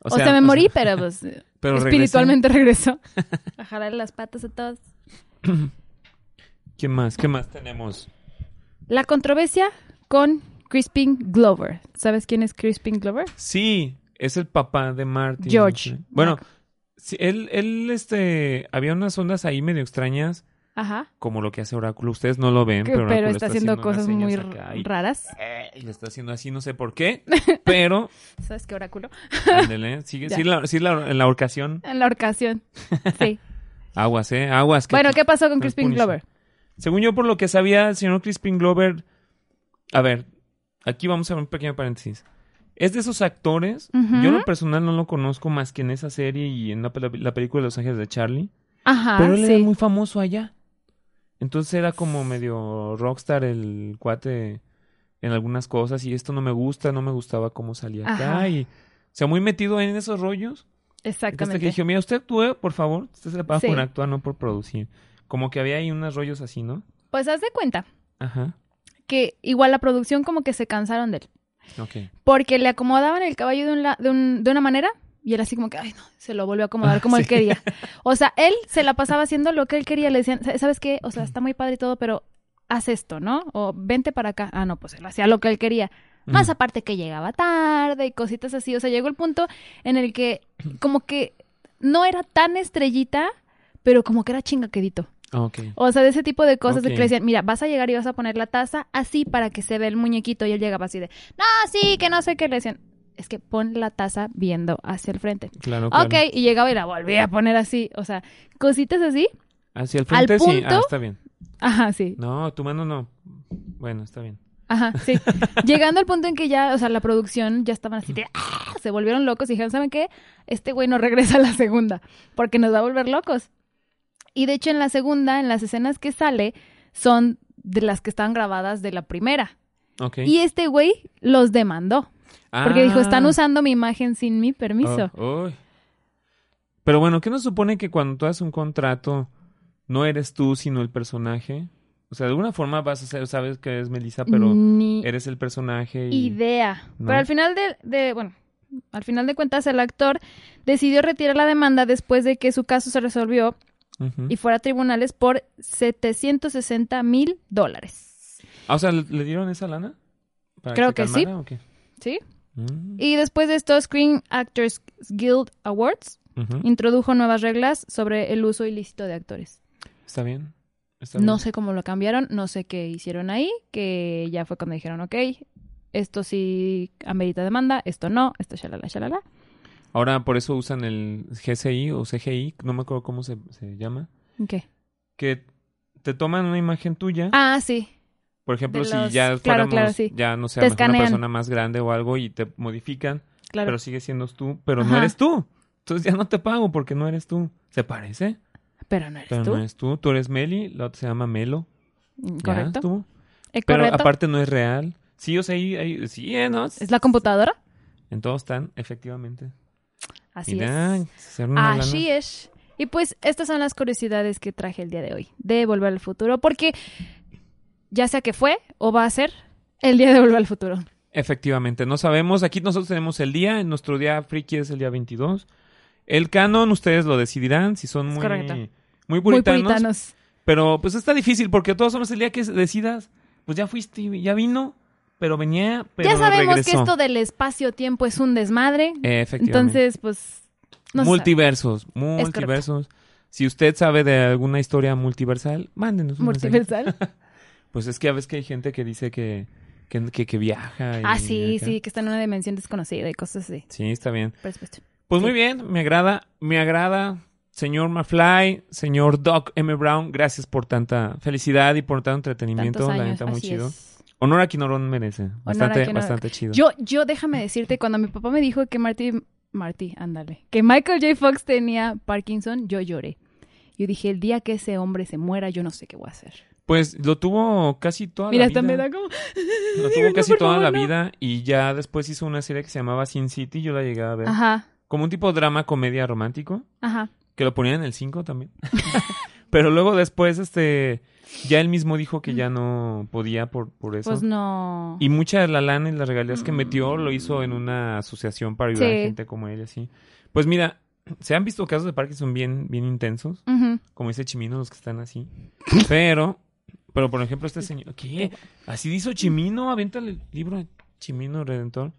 Speaker 2: O sea, me morí, pero pues
Speaker 1: pero regresé.
Speaker 2: espiritualmente regresó. A jalarle las patas a todos.
Speaker 1: ¿Qué más? ¿Qué más tenemos?
Speaker 2: La controversia con Crispin Glover. ¿Sabes quién es Crispin Glover?
Speaker 1: Sí, es el papá de Martin.
Speaker 2: George.
Speaker 1: Sí. Bueno, sí, él, él, este, había unas ondas ahí medio extrañas,
Speaker 2: Ajá.
Speaker 1: como lo que hace Oráculo. Ustedes no lo ven,
Speaker 2: Que-
Speaker 1: pero,
Speaker 2: pero
Speaker 1: Oráculo
Speaker 2: está haciendo
Speaker 1: unas
Speaker 2: cosas muy
Speaker 1: señas
Speaker 2: r-
Speaker 1: acá y- eh,
Speaker 2: raras.
Speaker 1: y le está haciendo así, no sé por qué, pero,
Speaker 2: ¿Sabes qué oráculo?
Speaker 1: ándele, sigue,
Speaker 2: Ya.
Speaker 1: sí, la, sí la, en la horcación,
Speaker 2: En la horcación. Sí.
Speaker 1: aguas, ¿eh? Aguas. que
Speaker 2: bueno, ¿qué pasó con
Speaker 1: no es
Speaker 2: Crispin
Speaker 1: Punisher.
Speaker 2: Glover?
Speaker 1: Según yo, por lo que sabía, el señor Crispin Glover. A ver, aquí vamos a ver un pequeño paréntesis. Es de esos actores.
Speaker 2: Ujú.
Speaker 1: Yo, en lo personal, no lo conozco más que en esa serie y en la, pel- la película de Los Ángeles de Charlie.
Speaker 2: Ajá,
Speaker 1: pero él
Speaker 2: Ah, sí.
Speaker 1: era muy famoso allá. Entonces era como medio rockstar el cuate en algunas cosas. Y esto no me gusta, no me gustaba cómo salía acá.
Speaker 2: Ajá.
Speaker 1: Y, o sea, muy metido en esos rollos. Hasta que
Speaker 2: Exactamente.
Speaker 1: dije, mira, usted actúe, por favor. Usted se le paga
Speaker 2: Sí.
Speaker 1: por actuar, no por producir. Como que había ahí unos rollos así, ¿no?
Speaker 2: Pues haz de cuenta
Speaker 1: Ajá.
Speaker 2: que igual la producción como que se cansaron de él.
Speaker 1: Ok.
Speaker 2: Porque le acomodaban el caballo de, un la- de, un- de una manera y él así como que, ay, no, se lo volvió a acomodar como él
Speaker 1: Ah, sí.
Speaker 2: quería. O sea, él se la pasaba haciendo lo que él quería. Le decían, "Sa- ¿sabes qué? O sea, está muy padre y todo, pero haz esto, ¿no? O vente para acá. Ah, no, pues él hacía lo que él quería. Más
Speaker 1: Ujú.
Speaker 2: aparte que llegaba tarde y cositas así. O sea, llegó el punto en el que como que no era tan estrellita, pero como que era chingaquedito.
Speaker 1: Ah, ok.
Speaker 2: O sea, de ese tipo de cosas de que
Speaker 1: Ok.
Speaker 2: le decían, mira, vas a llegar y vas a poner la taza así para que se vea el muñequito. Y él llegaba así de, no, sí, que no sé qué. Le decían, es que pon la taza viendo hacia el frente.
Speaker 1: Claro, claro.
Speaker 2: Ok, y llegaba y la volvía a poner así. O sea, cositas así.
Speaker 1: Hacia el frente sí. Ah,
Speaker 2: punto-
Speaker 1: está bien.
Speaker 2: Ajá, sí.
Speaker 1: No, tu mano no. Bueno, está bien.
Speaker 2: Ajá, sí. Llegando al punto en que ya, o sea, la producción ya estaban así de, "Ah", se volvieron locos y dijeron, ¿saben qué? Este güey no regresa a la segunda, porque nos va a volver locos. Y de hecho, en la segunda, en las escenas que sale, son de las que están grabadas de la primera.
Speaker 1: Ok.
Speaker 2: Y este güey los demandó, porque
Speaker 1: Ah.
Speaker 2: dijo, están usando mi imagen sin mi permiso.
Speaker 1: Oh, Pero bueno, ¿qué nos supone que cuando tú haces un contrato no eres tú, sino el personaje? O sea, de alguna forma vas a ser, sabes que es Melissa, ah, pero
Speaker 2: Ni
Speaker 1: eres el personaje y...
Speaker 2: idea.
Speaker 1: ¿No?
Speaker 2: Pero al final de, de- bueno, al final de cuentas, el actor decidió retirar la demanda después de que su caso se resolvió
Speaker 1: Ujú.
Speaker 2: y fuera a tribunales por 760 mil dólares.
Speaker 1: Ah, o sea, ¿le- ¿le dieron esa lana? ¿Para
Speaker 2: Creo que sí.
Speaker 1: calmara o qué?
Speaker 2: ¿Sí?
Speaker 1: Mm.
Speaker 2: Y después de esto, Screen Actors Guild Awards
Speaker 1: Ujú.
Speaker 2: introdujo nuevas reglas sobre el uso ilícito de actores.
Speaker 1: Está bien. Está
Speaker 2: No
Speaker 1: bien.
Speaker 2: sé cómo lo cambiaron, no sé qué hicieron ahí, que ya fue cuando dijeron, ok, esto sí amerita demanda, esto no, esto shalala, shalala.
Speaker 1: Ahora por eso usan el GCI o CGI, no me acuerdo cómo se, se llama,
Speaker 2: Ok.
Speaker 1: que te toman una imagen tuya.
Speaker 2: Ah, sí.
Speaker 1: por ejemplo,
Speaker 2: de
Speaker 1: si
Speaker 2: los-
Speaker 1: ya
Speaker 2: claro,
Speaker 1: fuéramos,
Speaker 2: claro, sí.
Speaker 1: ya no sé, a
Speaker 2: Te
Speaker 1: lo mejor una
Speaker 2: escanean.
Speaker 1: persona más grande o algo y te modifican,
Speaker 2: Claro.
Speaker 1: pero
Speaker 2: Pero,
Speaker 1: sigue siendo tú, pero no
Speaker 2: Ajá.
Speaker 1: eres tú. Entonces ya no te pago porque no eres tú. ¿Se parece?
Speaker 2: no eres
Speaker 1: Pero
Speaker 2: tú.
Speaker 1: no eres tú. Tú eres Meli, la otra se llama Melo.
Speaker 2: Mm,
Speaker 1: Ya,
Speaker 2: Correcto.
Speaker 1: tú.
Speaker 2: ¿Es
Speaker 1: Pero
Speaker 2: correcto?
Speaker 1: aparte no es real. Sí, o sea, ahí, ahí- sí, eh, ¿no?
Speaker 2: ¿Es la computadora?
Speaker 1: En todos están, efectivamente.
Speaker 2: Así
Speaker 1: Mira,
Speaker 2: es.
Speaker 1: se arma una lana.
Speaker 2: Así es. Y pues estas son las curiosidades que traje el día de hoy de Volver al Futuro, porque ya sea que fue o va a ser el día de Volver al Futuro.
Speaker 1: Efectivamente, no sabemos. Aquí nosotros tenemos el día, en nuestro día friki es el día 22. El canon, ustedes lo decidirán si son
Speaker 2: Es
Speaker 1: muy,
Speaker 2: correcto.
Speaker 1: muy, puritanos,
Speaker 2: Muy puritanos.
Speaker 1: Pero pues está difícil porque de todos somos el día que decidas, pues ya fuiste, y ya vino, pero venía, pero
Speaker 2: ya sabemos que
Speaker 1: regresó.
Speaker 2: esto del espacio-tiempo es un desmadre.
Speaker 1: Efectivamente.
Speaker 2: Entonces, pues... No se
Speaker 1: multiversos,
Speaker 2: correcto.
Speaker 1: multiversos. Si usted sabe de alguna historia multiversal, mándenos
Speaker 2: sabe.
Speaker 1: un mensaje.
Speaker 2: Multiversal.
Speaker 1: Pues es que a veces que hay gente que dice que, que, que- que viaja. y
Speaker 2: ah, sí,
Speaker 1: acá.
Speaker 2: sí, que está en una dimensión desconocida y cosas así.
Speaker 1: Sí, está bien.
Speaker 2: Por supuesto.
Speaker 1: Pues
Speaker 2: Sí.
Speaker 1: muy bien, me agrada, me agrada, señor McFly, señor Doc M. Brown, gracias por tanta felicidad y por tanto entretenimiento,
Speaker 2: Tantos
Speaker 1: la
Speaker 2: años.
Speaker 1: neta muy
Speaker 2: así
Speaker 1: chido.
Speaker 2: es.
Speaker 1: Honor a quien honor merece, bastante,
Speaker 2: a quien honor-
Speaker 1: bastante chido.
Speaker 2: Yo, yo déjame decirte, cuando mi papá me dijo que Marty, Marty, ándale, que Michael J. Fox tenía Parkinson, yo lloré. Yo dije, el día que ese hombre se muera, yo no sé qué voy a hacer.
Speaker 1: Pues lo tuvo casi toda
Speaker 2: Mira,
Speaker 1: la vida.
Speaker 2: hasta me da como...
Speaker 1: Lo tuvo
Speaker 2: No,
Speaker 1: casi
Speaker 2: por
Speaker 1: toda
Speaker 2: favor,
Speaker 1: la
Speaker 2: no.
Speaker 1: vida y ya después hizo una serie que se llamaba Sin City, yo la llegué a ver.
Speaker 2: Ajá,
Speaker 1: Como un tipo drama comedia romántico,
Speaker 2: ajá.
Speaker 1: que lo ponían en el 5 también. Pero luego después, este, ya él mismo dijo que ya no podía por, por eso.
Speaker 2: Pues no.
Speaker 1: Y mucha de la lana y las regalías que metió lo hizo en una asociación para ayudar
Speaker 2: Mm. Sí.
Speaker 1: a gente como él, y así. Pues mira, se han visto casos de Parkinson bien, bien intensos,
Speaker 2: Ujú.
Speaker 1: como ese Chimino, los que están así. Pero, pero por ejemplo, este señor,
Speaker 2: Eh,
Speaker 1: ¿qué? Así hizo Chimino, avéntale el libro de Chimino Redentor.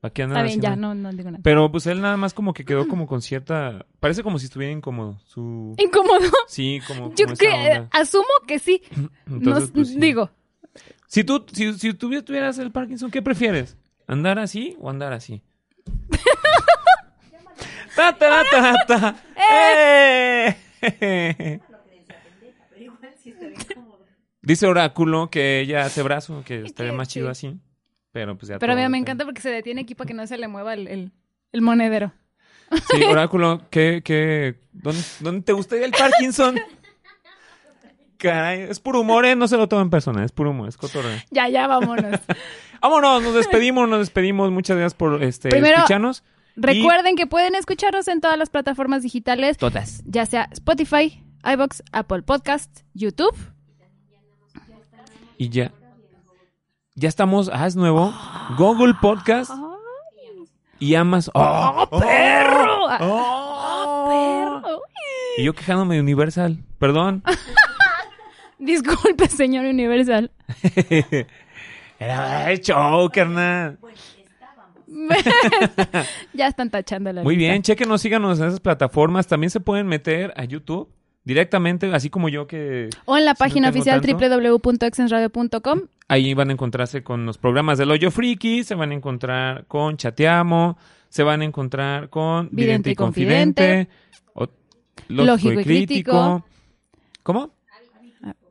Speaker 1: ¿Para qué andan
Speaker 2: Está bien,
Speaker 1: haciendo?
Speaker 2: ya, no, no digo nada.
Speaker 1: Pero pues él nada más como que quedó como con cierta... Parece como si estuviera incómodo. Su...
Speaker 2: Incómodo.
Speaker 1: Sí, como...
Speaker 2: Eh, Yo
Speaker 1: como esa
Speaker 2: que,
Speaker 1: onda.
Speaker 2: asumo que sí.
Speaker 1: Entonces,
Speaker 2: no,
Speaker 1: pues, sí.
Speaker 2: Digo,
Speaker 1: Si tú, si, si tú tuvieras el Parkinson, ¿qué prefieres? ¿Andar así o andar así? ¡Ta, ta, ta, ta, ta! ¡Eh! Dice Oráculo que ella hace brazo, que estaría más chido así. Pero pues ya
Speaker 2: pero a mí
Speaker 1: todo
Speaker 2: me
Speaker 1: depende.
Speaker 2: encanta porque se detiene aquí para que no se le mueva el, el, el monedero.
Speaker 1: Sí, Oráculo, ¿qué, qué, dónde, dónde te gustaría el Parkinson? Caray, es puro humor, ¿eh? No se lo tomen personal, es puro humor, es cotorreo.
Speaker 2: Ya, ya, vámonos.
Speaker 1: Vámonos, nos despedimos, nos despedimos. Muchas gracias por este,
Speaker 2: Primero-
Speaker 1: escucharnos.
Speaker 2: Recuerden que pueden escucharnos en todas las plataformas digitales,
Speaker 1: Todas.
Speaker 2: ya sea Spotify, iBox, Apple Podcast, YouTube.
Speaker 1: Y ya. Ya estamos, ah, es nuevo. Google Podcast
Speaker 2: Ah,
Speaker 1: y Amazon. ¡Oh, perro! ¡Oh,
Speaker 2: perro!
Speaker 1: Y yo quejándome de Universal. Perdón.
Speaker 2: Disculpe, señor Universal.
Speaker 1: Era el show, carnal.
Speaker 2: ya están tachando la
Speaker 1: Muy
Speaker 2: lista.
Speaker 1: bien, chequenos, síganos en esas plataformas. También se pueden meter a YouTube directamente, así como yo que
Speaker 2: O en la
Speaker 1: Si no
Speaker 2: página
Speaker 1: tengo
Speaker 2: oficial
Speaker 1: tanto.
Speaker 2: www.exensradio.com.
Speaker 1: Ahí van a encontrarse con los programas del Hoyo Friki, se van a encontrar con Chateamo, se van a encontrar con Vidente y Confidente, o- Lógico, y Crítico. ¿Cómo?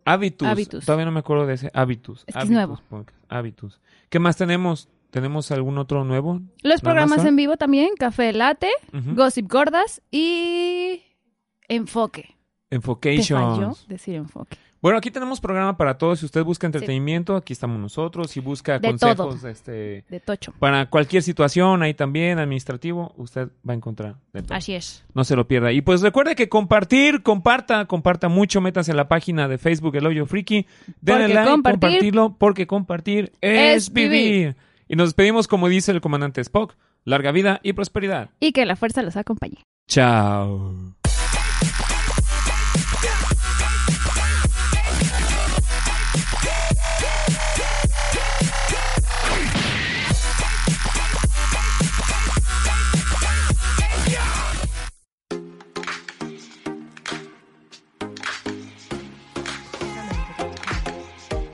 Speaker 1: Habitus.
Speaker 2: Habitus.
Speaker 1: Todavía no me acuerdo de ese. Habitus.
Speaker 2: Es que es
Speaker 1: Habitus
Speaker 2: nuevo.
Speaker 1: Podcast, Habitus. ¿Qué más tenemos? ¿Tenemos algún otro nuevo?
Speaker 2: Los
Speaker 1: ¿Nada más
Speaker 2: programas
Speaker 1: son?
Speaker 2: en vivo también, Café Late,
Speaker 1: Ujú.
Speaker 2: Gossip Gordas y Enfoque. ¿Te falló
Speaker 1: Enfocations.
Speaker 2: decir enfoque?
Speaker 1: Bueno, aquí tenemos programa para todos. Si usted busca entretenimiento, aquí estamos nosotros. Si busca
Speaker 2: De todo.
Speaker 1: consejos, este...
Speaker 2: De tocho.
Speaker 1: Para cualquier situación, ahí también, administrativo, usted va a encontrar. de todo.
Speaker 2: Así es.
Speaker 1: No se lo pierda. Y pues recuerde que compartir, comparta, comparta mucho. Métase a la página de Facebook El Hoyo Friki. Denle
Speaker 2: Porque
Speaker 1: like,
Speaker 2: compartir-
Speaker 1: compartirlo, porque compartir es
Speaker 2: es
Speaker 1: vivir.
Speaker 2: vivir.
Speaker 1: Y nos despedimos como dice el comandante Spock. Larga vida y prosperidad.
Speaker 2: Y que la fuerza los acompañe.
Speaker 1: Chao.